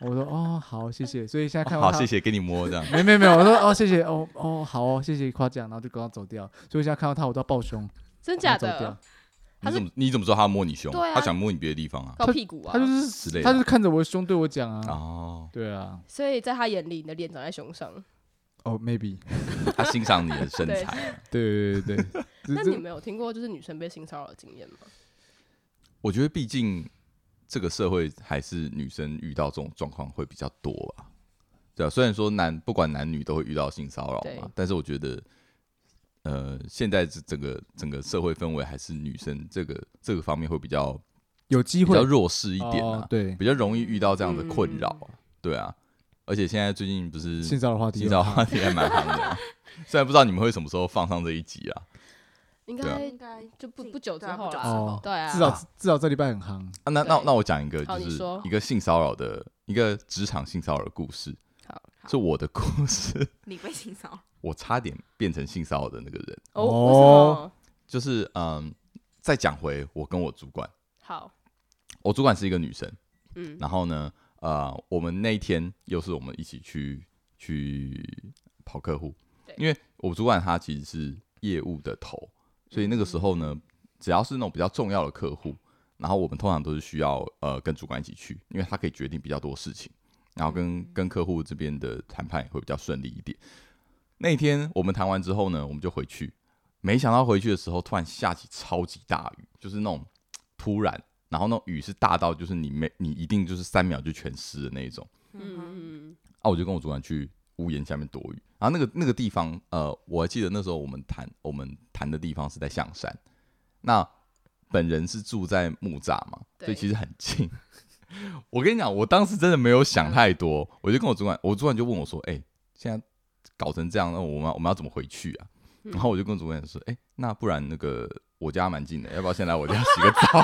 Speaker 4: 我说：“哦，好，谢谢。”所以 现在看
Speaker 3: 哦
Speaker 4: 到
Speaker 3: 好，
Speaker 4: 他，
Speaker 3: 谢谢，给你摸这样。
Speaker 4: 没没没有，我说：“哦，谢谢，哦哦，好哦，谢谢夸奖。”然后就刚刚走掉。所以我现在看到他，我都要抱胸，
Speaker 1: 真假
Speaker 4: 然后走掉
Speaker 1: 的？他是
Speaker 3: 你怎么你怎么知道他摸你胸？
Speaker 1: 对啊
Speaker 3: 他想摸你别的 地方啊。
Speaker 1: 靠屁股啊
Speaker 4: 他！就
Speaker 3: 之类
Speaker 4: 是
Speaker 3: 的
Speaker 4: 他就是看着我的胸对我讲啊，
Speaker 3: 哦，
Speaker 4: 对啊，
Speaker 1: 所以在他眼里，你的脸长在胸上。
Speaker 4: 哦，maybe，
Speaker 3: 他欣赏你的身材。
Speaker 4: 对对对对，
Speaker 1: 那
Speaker 4: 这
Speaker 1: 你
Speaker 4: 这
Speaker 1: 没有听过就是女生被性骚扰的经验吗？
Speaker 3: 我觉得毕竟这个社会还是女生遇到这种状况会比较多吧。对啊，虽然说男不管男女都会遇到性骚扰
Speaker 1: 对
Speaker 3: 嘛，但是我觉得，呃，现在这整个整个社会氛围还是女生这个这个方面会比较
Speaker 4: 有机
Speaker 3: 比
Speaker 4: 会
Speaker 3: 较弱势一点
Speaker 4: 哦
Speaker 3: 啊，
Speaker 4: 对，
Speaker 3: 比较容易遇到这样的困扰啊
Speaker 1: 嗯。
Speaker 3: 对啊，而且现在最近不是
Speaker 4: 性骚扰话题哦
Speaker 3: 性
Speaker 4: 有
Speaker 3: 骚扰
Speaker 4: 哈
Speaker 3: 话 题还蛮夯的啊，虽然不知道你们会什么时候放上这一集啊。
Speaker 1: 应
Speaker 3: 对啊
Speaker 1: 该
Speaker 2: 该
Speaker 1: 就不不久之
Speaker 2: 对啊
Speaker 1: 后
Speaker 2: 不久之
Speaker 1: 啦。
Speaker 2: 后
Speaker 4: 哦，
Speaker 1: 对啊，
Speaker 4: 至少至少这礼拜很夯，
Speaker 3: 啊，那那
Speaker 1: 对
Speaker 3: 那我讲一个，
Speaker 1: 好
Speaker 3: 就
Speaker 1: 你
Speaker 3: 是
Speaker 1: 说
Speaker 3: 一个性骚扰的一个职场性骚扰的故事。
Speaker 1: 好
Speaker 3: 是我的故事，
Speaker 2: 你被性骚扰，
Speaker 3: 我差点变成性骚扰的那个人。
Speaker 1: 哦，
Speaker 4: 哦
Speaker 1: 为什么？
Speaker 3: 就是嗯，再讲回我跟我主管，
Speaker 1: 好，
Speaker 3: 我主管是一个女生，
Speaker 1: 嗯，
Speaker 3: 然后呢，呃，我们那一天又是我们一起去去跑客户
Speaker 1: 对，
Speaker 3: 因为我主管他其实是业务的头，所以那个时候呢，只要是那种比较重要的客户，然后我们通常都是需要呃跟主管一起去，因为他可以决定比较多事情，然后
Speaker 1: 嗯
Speaker 3: 跟跟客户这边的谈判也会比较顺利一点。那一天我们谈完之后呢，我们就回去，没想到回去的时候突然下起超级大雨，就是那种突然，然后那种雨是大到就是你没你一定就是三秒就全湿的那一种。
Speaker 1: 嗯嗯
Speaker 3: 啊，我就跟我主管去屋檐下面躲雨。然后那个那个地方，呃，我还记得那时候我们谈我们谈的地方是在象山，那本人是住在木栅嘛，所
Speaker 1: 对
Speaker 3: 以其实很近。 我跟你讲，我当时真的没有想太多，我就跟我主管，我主管就问我说：“哎、现在搞成这样，那我们要我们要怎么回去啊？”
Speaker 1: 嗯
Speaker 3: 然后我就跟主管说：“哎、那不然那个我家蛮近的，要不要先来我家洗个澡？”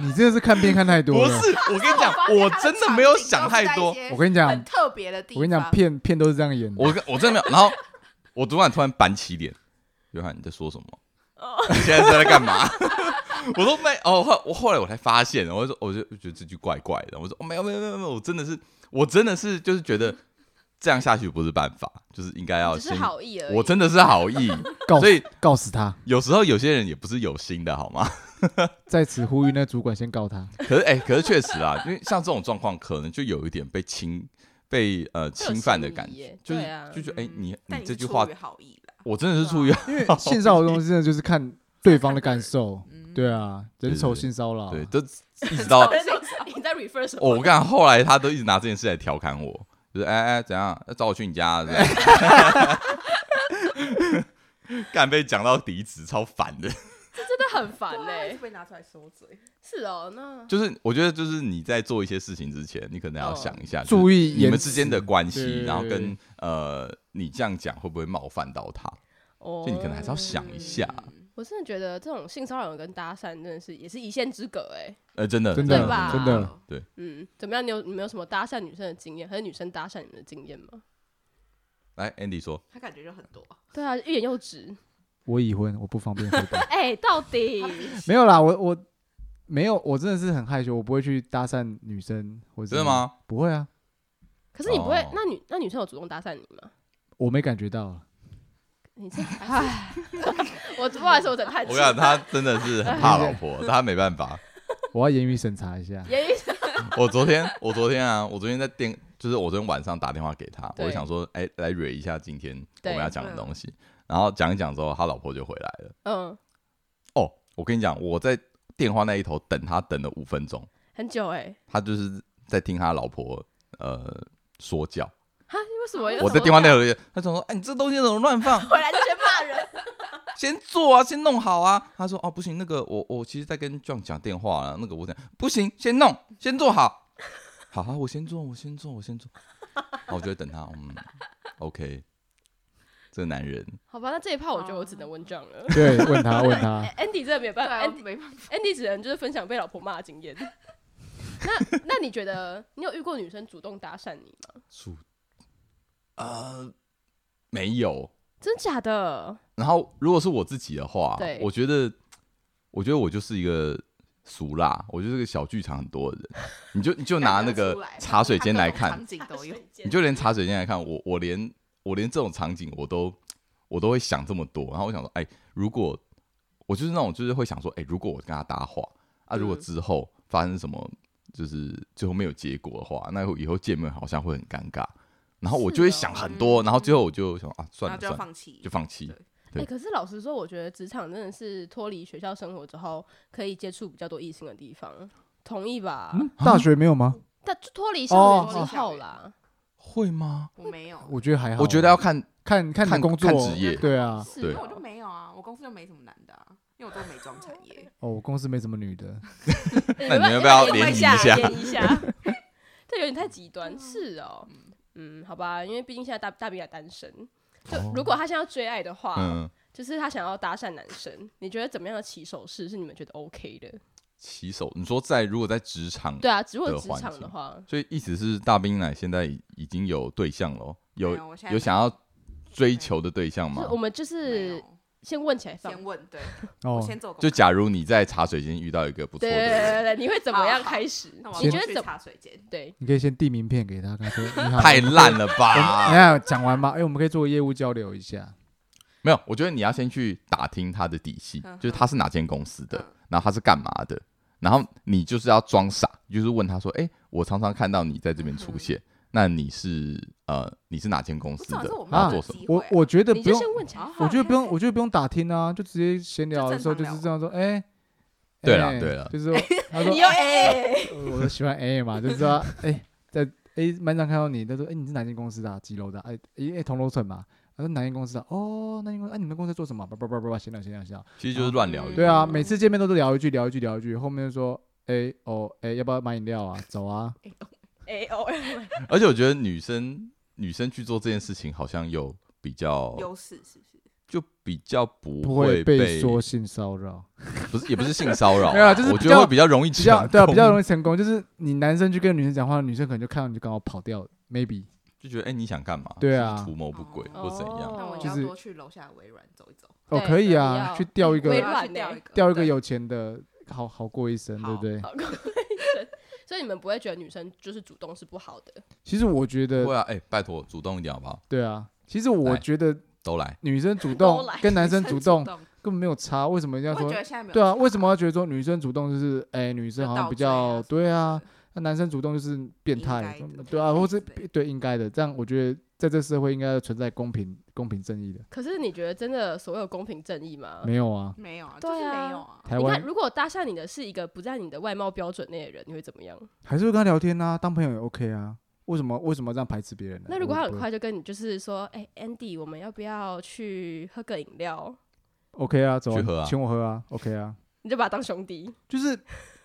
Speaker 4: 你真的是看片看太多
Speaker 3: 不
Speaker 4: 了。
Speaker 3: 是，我跟你讲，我真的没有想太多。
Speaker 4: 我跟你讲，
Speaker 2: 很特别的地
Speaker 4: 我
Speaker 2: 方。
Speaker 4: 跟你讲，片片都是这样演的。
Speaker 3: 我跟我真的没有。然后我主管突然板起脸，约翰你在说什么？
Speaker 1: 哦
Speaker 3: 你现在是在干嘛？ 我都没哦，后我后来我才发现，我就说我就觉得这句怪怪的，我说哦没有没有没有没有，我真的是我真的是就是觉得这样下去不是办法，就是应该要
Speaker 1: 只是
Speaker 3: 先，
Speaker 1: 好意而已。
Speaker 3: 我真的是好意，
Speaker 4: 告
Speaker 3: 所以
Speaker 4: 告死他，
Speaker 3: 有时候有些人也不是有心的好吗？
Speaker 4: 在此呼吁那主管先告他。
Speaker 3: 可是哎、可是确实啊，因为像这种状况，可能就有一点被侵被呃侵犯的感
Speaker 1: 会有嫌疑耶，
Speaker 3: 觉就是、
Speaker 1: 对啊
Speaker 3: 就觉得哎、你
Speaker 2: 嗯但
Speaker 3: 你
Speaker 2: 你
Speaker 3: 这
Speaker 2: 是
Speaker 3: 句
Speaker 2: 出
Speaker 3: 话
Speaker 2: 于，好意啦，
Speaker 3: 我真的是出于
Speaker 4: 因为性骚扰的东西真的就是看对方的 感受，
Speaker 1: 嗯
Speaker 4: 对啊，人
Speaker 3: 对
Speaker 4: 丑
Speaker 3: 对对
Speaker 4: 性骚
Speaker 1: 啊
Speaker 4: 扰，
Speaker 3: 对，都一直 到
Speaker 1: 你在 refer 什
Speaker 3: 我
Speaker 1: 么？
Speaker 3: 我跟你讲，后来他都一直拿这件事来调侃我，就是哎哎怎样，要找我去你家啊，这样 干被讲到底子，超烦的。
Speaker 1: 真的很烦
Speaker 2: 对啊，一
Speaker 1: 呢
Speaker 2: 直。被拿出来说嘴。
Speaker 1: 是哦，那
Speaker 3: 就是我觉得，就是你在做一些事情之前，你可能要
Speaker 1: 哦
Speaker 3: 想一下，就是
Speaker 4: 注意
Speaker 3: 你
Speaker 4: 言
Speaker 3: 们之间的
Speaker 4: 辞
Speaker 3: 关
Speaker 4: 对对
Speaker 3: 系，
Speaker 4: 对
Speaker 3: 然后跟呃，你这样讲会不会冒犯到他？
Speaker 1: 哦
Speaker 3: 就你可能还是要想一下，
Speaker 1: 我真的觉得这种性骚扰跟搭讪真的是也是一线之隔哎。
Speaker 3: 呃，真的，
Speaker 4: 真
Speaker 1: 对
Speaker 4: 的
Speaker 1: 吧
Speaker 4: 真的，
Speaker 1: 嗯，怎么样？你有你没有什么搭讪女生的经验，还是女生搭讪你们的经验吗？
Speaker 3: 来，Andy 说，
Speaker 2: 他感觉就很 多。
Speaker 1: 对啊，欲言又 止。
Speaker 4: 我已婚，我不方便回答。
Speaker 1: 哎，到底
Speaker 4: 没有啦，我我没有，我真的是很害羞，我不会去搭讪女生，或者
Speaker 3: 真的？吗？
Speaker 4: 不会啊，
Speaker 1: 可是你不会
Speaker 3: 哦？
Speaker 1: 那女那女生有主动搭讪你吗？
Speaker 4: 我没感 觉到。
Speaker 1: 你这，唉， 我不好意思，我在叹
Speaker 3: 我
Speaker 1: 气
Speaker 3: 跟你。讲，他真的是很怕老婆，他没办法。
Speaker 4: 我要言语审查一 下。
Speaker 1: 言语
Speaker 3: 我昨天，我昨天啊，我昨天在电，就是我昨天晚上打电话给他，我
Speaker 1: 对
Speaker 3: 就想说，哎、来蕊一下今天我
Speaker 1: 对
Speaker 3: 们要讲的东西。然后讲一讲之后，他老婆就回来了。
Speaker 1: 嗯，
Speaker 3: 哦，我跟你讲，我在电话那一头等他等了五分钟，
Speaker 1: 很久哎、
Speaker 3: 他就是在听他老婆呃说教。
Speaker 1: 哈，为什么？
Speaker 3: 我在电话那头也，他总说：“哎，你这东西怎么乱放？
Speaker 1: 回来就先骂人，
Speaker 3: 先做啊，先弄好啊。”他说：“哦，不行，那个我我其实在跟 John 讲电话啊，那个我讲不行，先弄，先做好。 好啊，我先做，我先做，我先做。 好，我就会等他。嗯，OK，这男人
Speaker 1: 好吧，那这一趴我觉得我只能问 John 了。
Speaker 4: 对，问他问他，
Speaker 1: 哎 Andy 真的没有办
Speaker 2: 对
Speaker 1: 法
Speaker 2: 啊，
Speaker 1: ，Andy
Speaker 2: 没办法。
Speaker 1: Andy 只能就是分享被老婆骂的经验。那那你觉得你有遇过女生主动搭讪你吗？
Speaker 3: 主呃没有。
Speaker 1: 真假的？
Speaker 3: 然后如果是我自己的话
Speaker 1: 对，
Speaker 3: 我觉得，我觉得我就是一个俗辣，我就是个小剧场很多的人。你就你就拿
Speaker 2: 看
Speaker 3: 那
Speaker 2: 得
Speaker 3: 个
Speaker 2: 出来
Speaker 3: 茶水间来
Speaker 2: 他
Speaker 3: 看
Speaker 2: 各，种场景都有。
Speaker 3: 你就连茶水间来看，我我连我连这种场景我都我都会想这么多。然后我想说，哎，如果我就是那种就是会想说，哎，如果我跟他搭话啊，如果
Speaker 2: 嗯
Speaker 3: 之后发生什么就是最后没有结果的话，那以后见面好像会很尴尬。然后我就会
Speaker 1: 是哦
Speaker 3: 想很多，然后最后我就想啊， 算
Speaker 2: 然后
Speaker 3: 了
Speaker 2: 就要
Speaker 3: 算了，
Speaker 2: 放弃
Speaker 3: 就。放弃
Speaker 2: 对。
Speaker 1: 哎、
Speaker 3: 对
Speaker 1: 可是老实说，我觉得职场真的是脱离学校生活之后，可以接触比较多异性的地方，同意
Speaker 3: 啊
Speaker 1: 吧？
Speaker 4: 嗯，大学没有吗？
Speaker 1: 但就脱离校
Speaker 4: 哦
Speaker 1: 园之后啦，
Speaker 3: 会吗？
Speaker 2: 我没有，
Speaker 4: 我觉得还好，
Speaker 3: 我觉得要看
Speaker 4: 看看你
Speaker 3: 看
Speaker 4: 工作
Speaker 3: 看职业
Speaker 4: 对啊，
Speaker 1: 是
Speaker 3: 对
Speaker 2: 因为我
Speaker 1: 哦
Speaker 2: 就没有啊，我公司就没什么男的啊，因为我做美妆产 业。
Speaker 4: 哦，我公司没什么女的，
Speaker 3: 那你们要不要联谊一下
Speaker 1: 联谊一下， 这有点太极端，是哦。嗯，好吧，因为毕竟现在大大兵还单身，就如果他现在要追爱的话，
Speaker 3: 嗯
Speaker 1: 就是他想要搭讪男生，你觉得怎么样的起手式是你们觉得 OK 的？
Speaker 3: 骑手，你说在如果在职场，
Speaker 1: 对啊，如果
Speaker 3: 的
Speaker 1: 职
Speaker 3: 环
Speaker 1: 场
Speaker 3: 境
Speaker 1: 的话，
Speaker 3: 所以意思是大兵奶现在已已经有对象了，哦有
Speaker 2: 没有我现在
Speaker 3: 有想要追求的对象
Speaker 1: 就
Speaker 3: 吗
Speaker 1: 是？我们就
Speaker 2: 没
Speaker 1: 是
Speaker 2: 有
Speaker 1: 先问起来放
Speaker 2: 先问，对，我
Speaker 4: 哦，
Speaker 2: 先做功课。
Speaker 3: 就假如你在茶水间遇到一个不错
Speaker 1: 对
Speaker 3: 的
Speaker 1: 对
Speaker 3: 人，
Speaker 1: 对对，你会怎么样
Speaker 2: 好好
Speaker 1: 开始
Speaker 2: 那我？要
Speaker 1: 你
Speaker 2: 先
Speaker 1: 觉得
Speaker 2: 去
Speaker 1: 怎么？
Speaker 2: 茶水间？
Speaker 1: 对，
Speaker 4: 你可以先递名片给他，跟 他说你好，
Speaker 3: 太烂了
Speaker 4: 你
Speaker 3: 吧？
Speaker 4: 看讲完吧，哎，我们可以做个业务交流一下，
Speaker 3: 没有，我觉得你要先去打听他的底细
Speaker 2: 嗯，
Speaker 3: 就是他是哪间公司的
Speaker 2: 嗯，
Speaker 3: 然后他是干嘛的，然后你就是要装傻，就是问他说：“哎，我常常看到你在这边出现，那你是呃你是哪间公
Speaker 2: 嗯不
Speaker 3: 司
Speaker 2: 知道
Speaker 3: 的
Speaker 2: 是我？没
Speaker 3: 然
Speaker 2: 有
Speaker 3: 后
Speaker 4: 啊
Speaker 3: 做
Speaker 2: 这
Speaker 3: 什
Speaker 2: 个
Speaker 3: 么
Speaker 2: 机
Speaker 4: 我
Speaker 2: 会啊。
Speaker 4: 我觉得
Speaker 1: 你
Speaker 4: 不
Speaker 1: 就
Speaker 4: 用
Speaker 1: 先，问起来
Speaker 2: 好。好
Speaker 4: 我觉得不用，
Speaker 2: 好
Speaker 4: 我觉得不用打听啊，就直接闲聊的时候
Speaker 2: 就
Speaker 4: 就
Speaker 2: 正
Speaker 4: 是
Speaker 2: 常
Speaker 4: 这样说，哎，
Speaker 3: 对啦
Speaker 4: 哎
Speaker 3: 对啦
Speaker 4: 就是说他
Speaker 2: 啊
Speaker 4: 说
Speaker 1: 你又哎，
Speaker 4: 呃我喜欢 A 嘛，就是说，哎、在 A 班上看到你，他说，哎、你是哪间公司的、啊？几楼的啊、哎、哎、哎同楼层嘛。他说哪间公司的、啊？哦，那间公司，哎、你们公司在做什么啊？叭叭叭叭叭，闲聊闲聊闲聊。
Speaker 3: 其实就是乱聊一通。
Speaker 4: 对啊，每次见面都是聊一句聊一句聊一句，后面就说，哎、哦，哎、要不要买饮料啊？走啊。
Speaker 1: 哎哦，
Speaker 3: 而且我觉得女生女生去做这件事情，好像又比较
Speaker 2: 优势是不是？
Speaker 3: 就比较不
Speaker 4: 不
Speaker 3: 会
Speaker 4: 会
Speaker 3: 被
Speaker 4: 说性骚扰，
Speaker 3: 不是也不是性骚 扰啊，
Speaker 4: 没有啊就是
Speaker 3: 我
Speaker 4: 比
Speaker 3: 觉得
Speaker 4: 较
Speaker 3: 会比较容易
Speaker 4: 比较对啊，比较容
Speaker 3: 易
Speaker 4: 易成功。就是你男生去跟女生讲话，女生可能就看到你就刚好跑掉了，maybe。
Speaker 3: 就觉得哎、你想干嘛？
Speaker 4: 对啊
Speaker 3: 是不是图谋不轨
Speaker 1: 哦
Speaker 3: 或怎样？
Speaker 2: 那我
Speaker 4: 就
Speaker 2: 要
Speaker 4: 是
Speaker 2: 多去楼下微软走一走，
Speaker 1: 对
Speaker 4: 哦，可以
Speaker 1: 可以
Speaker 4: 啊，
Speaker 1: 啊
Speaker 4: 去钓一
Speaker 1: 微
Speaker 2: 我
Speaker 4: 个
Speaker 1: 软
Speaker 2: 要去钓一个，
Speaker 4: 钓一个
Speaker 2: 对
Speaker 4: 有钱的，好好过一生，对
Speaker 2: 好
Speaker 4: 不对？
Speaker 1: 好 所以你们不会觉得女生就是主动是不好的？
Speaker 4: 其实我觉得
Speaker 3: 不会啊，哎、拜托主动一点好不好？
Speaker 4: 对啊，其实我
Speaker 3: 来
Speaker 4: 觉得
Speaker 3: 都 来，
Speaker 4: 女生主
Speaker 1: 都
Speaker 4: 动
Speaker 1: 来
Speaker 4: 跟男生
Speaker 2: 很
Speaker 4: 主
Speaker 2: 动
Speaker 4: 动，根本没有差，为什么一定
Speaker 2: 我也
Speaker 4: 要
Speaker 2: 觉
Speaker 4: 说？
Speaker 2: 得现在没有
Speaker 4: 对
Speaker 2: 差
Speaker 4: 啊，为什么要觉得说女生主动就是哎、女生好像比较
Speaker 2: 就倒追
Speaker 4: 对
Speaker 2: 啊
Speaker 4: 啊，那男生主动就是变态
Speaker 2: 应该的，
Speaker 4: 对啊，或是
Speaker 2: 之类
Speaker 4: 对应该的，这样我觉得在这社会应该要存在公平、公平正义的，
Speaker 1: 可是你觉得真的所谓有公平正义吗？
Speaker 4: 没有啊，
Speaker 2: 没有啊，就
Speaker 1: 对
Speaker 2: 是
Speaker 1: 啊
Speaker 2: 没有啊。
Speaker 4: 台
Speaker 1: 呃你看，
Speaker 4: 湾
Speaker 1: 如果搭讪你的是一个不在你的外貌标准内的人，你会怎么样？
Speaker 4: 还是会跟他聊天啊，当朋友也 OK 啊，为什么为什么这样排斥别人呢？
Speaker 1: 那如果他
Speaker 4: 我
Speaker 1: 很
Speaker 4: 不
Speaker 1: 快就跟你就是说，哎、a n d y 我们要不要去喝个饮料？
Speaker 4: OK 啊，走
Speaker 3: 去喝啊
Speaker 4: 请我喝啊，OK 啊，
Speaker 1: 你就把他当兄弟，
Speaker 4: 就是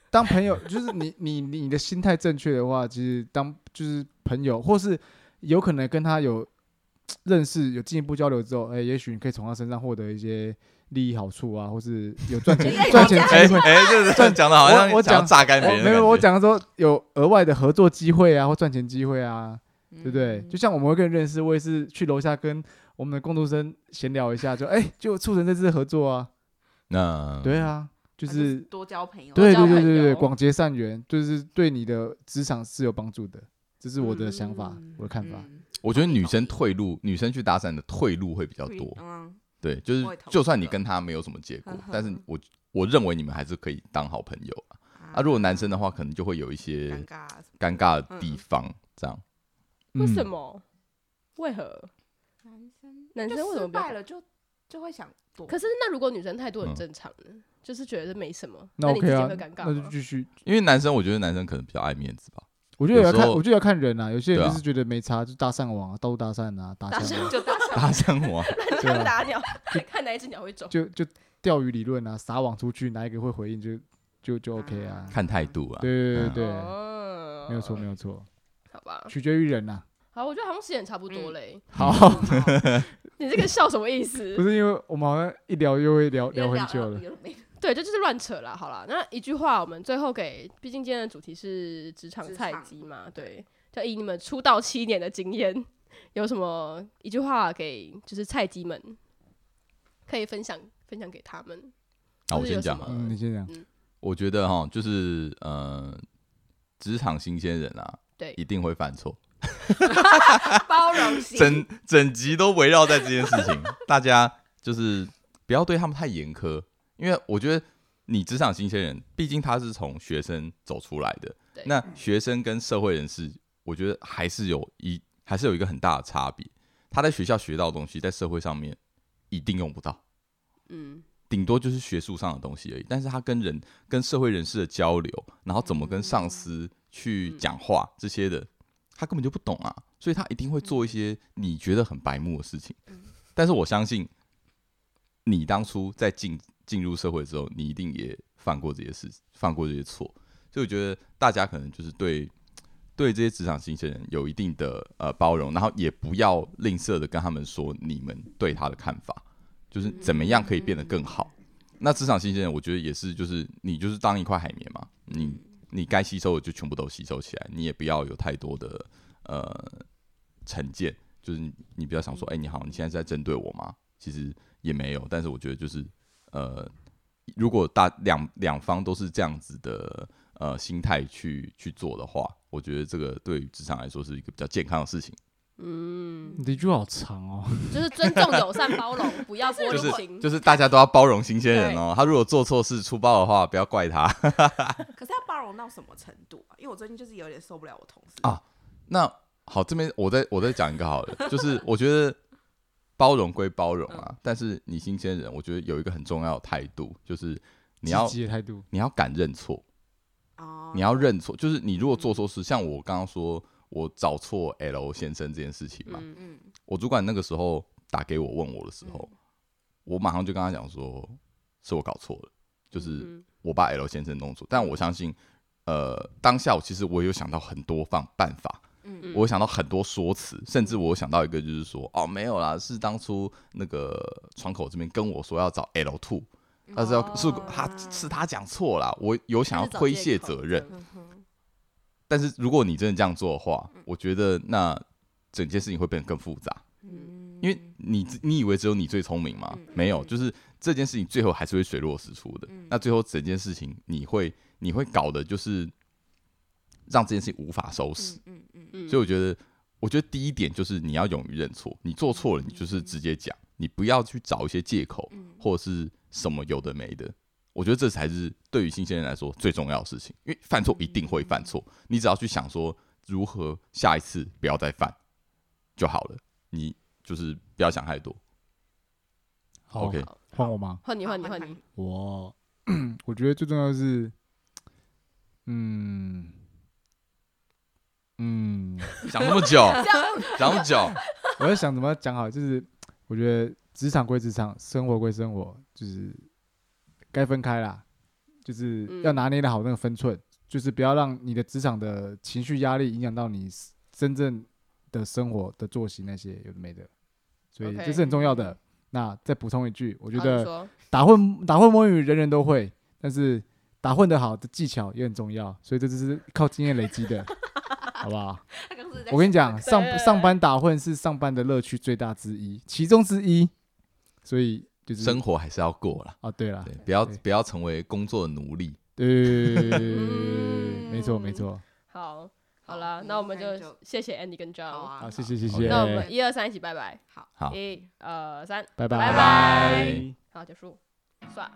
Speaker 4: 当朋友，就是你你你的心态正确的话，其实当就是朋友，或是有可能跟他有认识、有进一步交流之后，哎、也许你可以从他身上获得一些利益好处啊，或是有赚钱赚钱
Speaker 3: 哎
Speaker 4: 机会。
Speaker 3: 哎，这是讲的好像
Speaker 4: 我我
Speaker 3: 想要
Speaker 4: 讲
Speaker 3: 榨干别
Speaker 4: 我
Speaker 3: 人，
Speaker 4: 哦没有，我，讲说有额外的合作机会啊，或赚钱机会
Speaker 1: 嗯
Speaker 4: 啊，对
Speaker 2: 对
Speaker 4: 不对？
Speaker 2: 嗯
Speaker 4: 就像我们会跟人认识，我也是去楼下跟我们的工读生闲聊一下，就哎、就促成这次合作啊，
Speaker 3: 那
Speaker 4: 对，啊，就是
Speaker 2: 多交朋友，
Speaker 4: 对
Speaker 1: 交
Speaker 4: 对对
Speaker 1: 朋
Speaker 4: 对对，
Speaker 1: 友
Speaker 4: 广结善缘，就是对你的职场是有帮助的，这是我的想法，
Speaker 2: 嗯
Speaker 4: 我的看法。。
Speaker 3: 我觉得女生退路，女生去搭讪的退路会比较
Speaker 2: 嗯
Speaker 3: 多，
Speaker 2: 嗯，
Speaker 3: 对，就是
Speaker 2: 我也同意
Speaker 3: 就算你跟他没有什么结果
Speaker 2: 呵呵，
Speaker 3: 但是我我认为你们还是可以当好朋友啊。
Speaker 2: 啊
Speaker 3: 啊，如果男生的话，可能就会有一些
Speaker 2: 尴尬啊什么
Speaker 3: 尴尬的地方，这样。
Speaker 1: 为什
Speaker 4: 嗯？
Speaker 1: 么？为何？
Speaker 2: 男生
Speaker 1: 男生
Speaker 2: 就
Speaker 1: 为什么
Speaker 2: 失
Speaker 1: 不要
Speaker 2: 败了就就会想多。
Speaker 1: 可是那如果女生态度很
Speaker 3: 嗯
Speaker 1: 正常呢，就是觉得没什么，
Speaker 4: 那
Speaker 1: 你自
Speaker 4: OK
Speaker 1: 己
Speaker 4: 啊
Speaker 1: 会尴，尬
Speaker 4: 那就
Speaker 1: 吗？
Speaker 4: 继续。
Speaker 3: 因为男生我觉得男生可能比较爱面子吧，
Speaker 4: 我觉得也要
Speaker 3: 有时
Speaker 4: 看，
Speaker 3: 候
Speaker 4: 我觉得要看人啊。有些人
Speaker 3: 对啊
Speaker 4: 就是觉得没差，就搭讪网啊，到处搭讪啊，搭
Speaker 1: 搭
Speaker 4: 讪啊
Speaker 1: 讪
Speaker 2: 就 大家
Speaker 3: 搭讪我啊
Speaker 1: 那你
Speaker 4: 对啊
Speaker 1: 要打鸟， 看哪一只鸟会肿。
Speaker 4: 就就钓鱼理论啊，撒网出去，哪一个会回应就就就 OK 啊。
Speaker 3: 看态度啊。
Speaker 4: 对对对
Speaker 3: 嗯
Speaker 4: 对，
Speaker 1: 哦
Speaker 4: 没有错没有错，
Speaker 1: 好吧，
Speaker 4: 取决于人呐。
Speaker 1: 好，我觉得好像时间也差不多
Speaker 2: 嗯
Speaker 1: 嘞。
Speaker 4: 好，
Speaker 1: 你这个笑什么意思
Speaker 4: 不？是因为我们好像一聊又会聊 聊很久了。
Speaker 2: 了，
Speaker 1: 对，这就是乱扯啦。好啦，那一句话，我们最后给，毕竟今天的主题是职场
Speaker 2: 职
Speaker 1: 菜
Speaker 2: 场
Speaker 1: 鸡嘛，对，就以你们出道七年的经验，有什么一句话给就是菜鸡们可以分享分享给他们？
Speaker 3: 那我
Speaker 1: 就是有
Speaker 3: 先讲
Speaker 1: 什
Speaker 3: 啊
Speaker 1: 么，
Speaker 4: 嗯，你先讲。
Speaker 3: 我觉得哈，就是呃，职场新鲜人啊，
Speaker 1: 对
Speaker 3: 一定会犯错，
Speaker 2: 包容型，
Speaker 3: 整整集都围绕在这件事情，大家就是不要对他们太严苛，因为我觉得你职场新鲜人，毕竟他是从学生走出来的
Speaker 1: 对，
Speaker 3: 那学生跟社会人士，我觉得还是有一还是有一个很大的差别，他在学校学到的东西，在社会上面一定用不到。
Speaker 1: 嗯，
Speaker 3: 顶多就是学术上的东西而已。但是他跟人、跟社会人士的交流，然后怎么跟上司去讲话、这些的，他根本就不懂啊，所以他一定会做一些你觉得很白目的事情。但是我相信，你当初在进进入社会之后，你一定也犯过这些事，犯过这些错。所以我觉得大家可能就是对对这些职场新鲜人有一定的呃包容，然后也不要吝啬的跟他们说你们对他的看法，就是怎么样可以变得更好。那职场新鲜人，我觉得也是，就是你就是当一块海绵嘛，你你该吸收的就全部都吸收起来，你也不要有太多的呃成见，就是你你不要想说，哎、你好，你现在是在针对我吗？其实也没有，但是我觉得就是呃，如果大两两方都是这样子的呃心态去去做的话，我觉得这个对于职场来说是一个比较健康的事情。
Speaker 1: 嗯，
Speaker 4: 你的句话好长哦，
Speaker 1: 就是尊重、友善、包容，不要玻
Speaker 3: 就
Speaker 1: 璃
Speaker 3: 是
Speaker 1: 心。
Speaker 3: 就是大家都要包容新鲜人哦，他如果做错事出包的话，不要怪他。
Speaker 2: 可是要包容到什么程度啊？因为我最近就是有点受不了我同事
Speaker 3: 啊 那好，这边我再我再讲一个好 了，就是我觉得包容归包容啊，但是你新鲜人，我觉得有一个很重要的态度，就是 你要
Speaker 4: 积极的态度。
Speaker 3: 你要敢认错，
Speaker 2: 哦
Speaker 3: 你要认错，就是你如果做错事，像我刚刚说我找错 L 先生这件事情嘛，
Speaker 1: 嗯，
Speaker 2: 嗯，
Speaker 3: 我主管那个时候打给我问我的时候，我马上就跟他讲说，是我搞错了，就是
Speaker 1: 嗯
Speaker 3: 我把 L 先生弄错。但我相信，呃，当下我其实我有想到很多方办法，
Speaker 2: 嗯
Speaker 3: 我有想到很多说辞，甚至我有想到一个就是说，哦，没有啦，是当初那个窗口这边跟我说要找 L two，但是要、是
Speaker 1: 哦
Speaker 3: 他是他讲错啦，我有想要
Speaker 1: 就是找
Speaker 3: 推
Speaker 1: 借
Speaker 3: 卸
Speaker 1: 口嗯
Speaker 3: 责
Speaker 1: 这
Speaker 3: 任
Speaker 1: 样，
Speaker 3: 但是如果你真的这样做的话，
Speaker 1: 嗯
Speaker 3: 我觉得那整件事情会变得更复杂。
Speaker 2: 嗯
Speaker 3: 因为你自你以为只有你最聪明吗？没有，就是这件事情最后还是会水落石出的。那最后整件事情你会你会搞的就是让这件事情无法收拾。
Speaker 2: 嗯嗯
Speaker 1: 嗯
Speaker 3: 所以我觉得，我觉得第一点就是你要勇于认错，你做错了，你就是直接讲，你不要去找一些借口
Speaker 2: 嗯
Speaker 1: 嗯
Speaker 3: 或者是什么有的没的。我觉得这才是对于新鲜人来说最重要的事情，因为犯错一定会犯错，你只要去想说如何下一次不要再犯就好了。你就是不要想太多。
Speaker 4: 好
Speaker 3: OK，
Speaker 4: 换我吗？
Speaker 1: 换你，换你，
Speaker 2: 好
Speaker 1: 换
Speaker 2: 换
Speaker 1: 你
Speaker 2: 你，
Speaker 4: 我 我觉得最重要的是，嗯嗯，
Speaker 3: 想那么久，想那么久，
Speaker 4: 我在想怎么讲好，就是我觉得职场归职场，生活归生活，就是该分开啦，就是
Speaker 1: 嗯
Speaker 4: 要拿捏的好那个分寸，就是不要让你的职场的情绪压力影响到你 s- 真正的生活的作息那些有的没的，所以
Speaker 1: OK
Speaker 4: 这是很重要的。那再补充一句，我觉
Speaker 1: 好
Speaker 4: 得
Speaker 1: 你说
Speaker 4: 打混打混摸鱼人人都会，但是打混的好的技巧也很重要，所以这就是靠经验累积 的，好不好？
Speaker 2: 他刚是在
Speaker 4: 我跟你讲，
Speaker 1: 对
Speaker 4: 上上班打混是上班的乐趣最大之一，其中之一。所以就是
Speaker 3: 生活还是要过啦，
Speaker 4: 啊，对啦，
Speaker 3: 对，不要
Speaker 4: 对
Speaker 3: 不要成为工作的奴隶。
Speaker 4: 对对对对对对对对没错没错。
Speaker 1: 好，好
Speaker 2: 好
Speaker 1: 啦，
Speaker 2: 嗯
Speaker 1: 那我们
Speaker 2: 那
Speaker 1: 就
Speaker 2: 就
Speaker 1: 谢谢 Andy 跟 John，、
Speaker 2: 好啊，
Speaker 4: 好，谢谢谢谢
Speaker 3: 好，
Speaker 1: 那我们一二三一起拜拜，
Speaker 2: 好。
Speaker 3: 好，
Speaker 1: 一二三，
Speaker 4: 拜
Speaker 1: 拜
Speaker 4: 拜
Speaker 1: 拜好结束，算。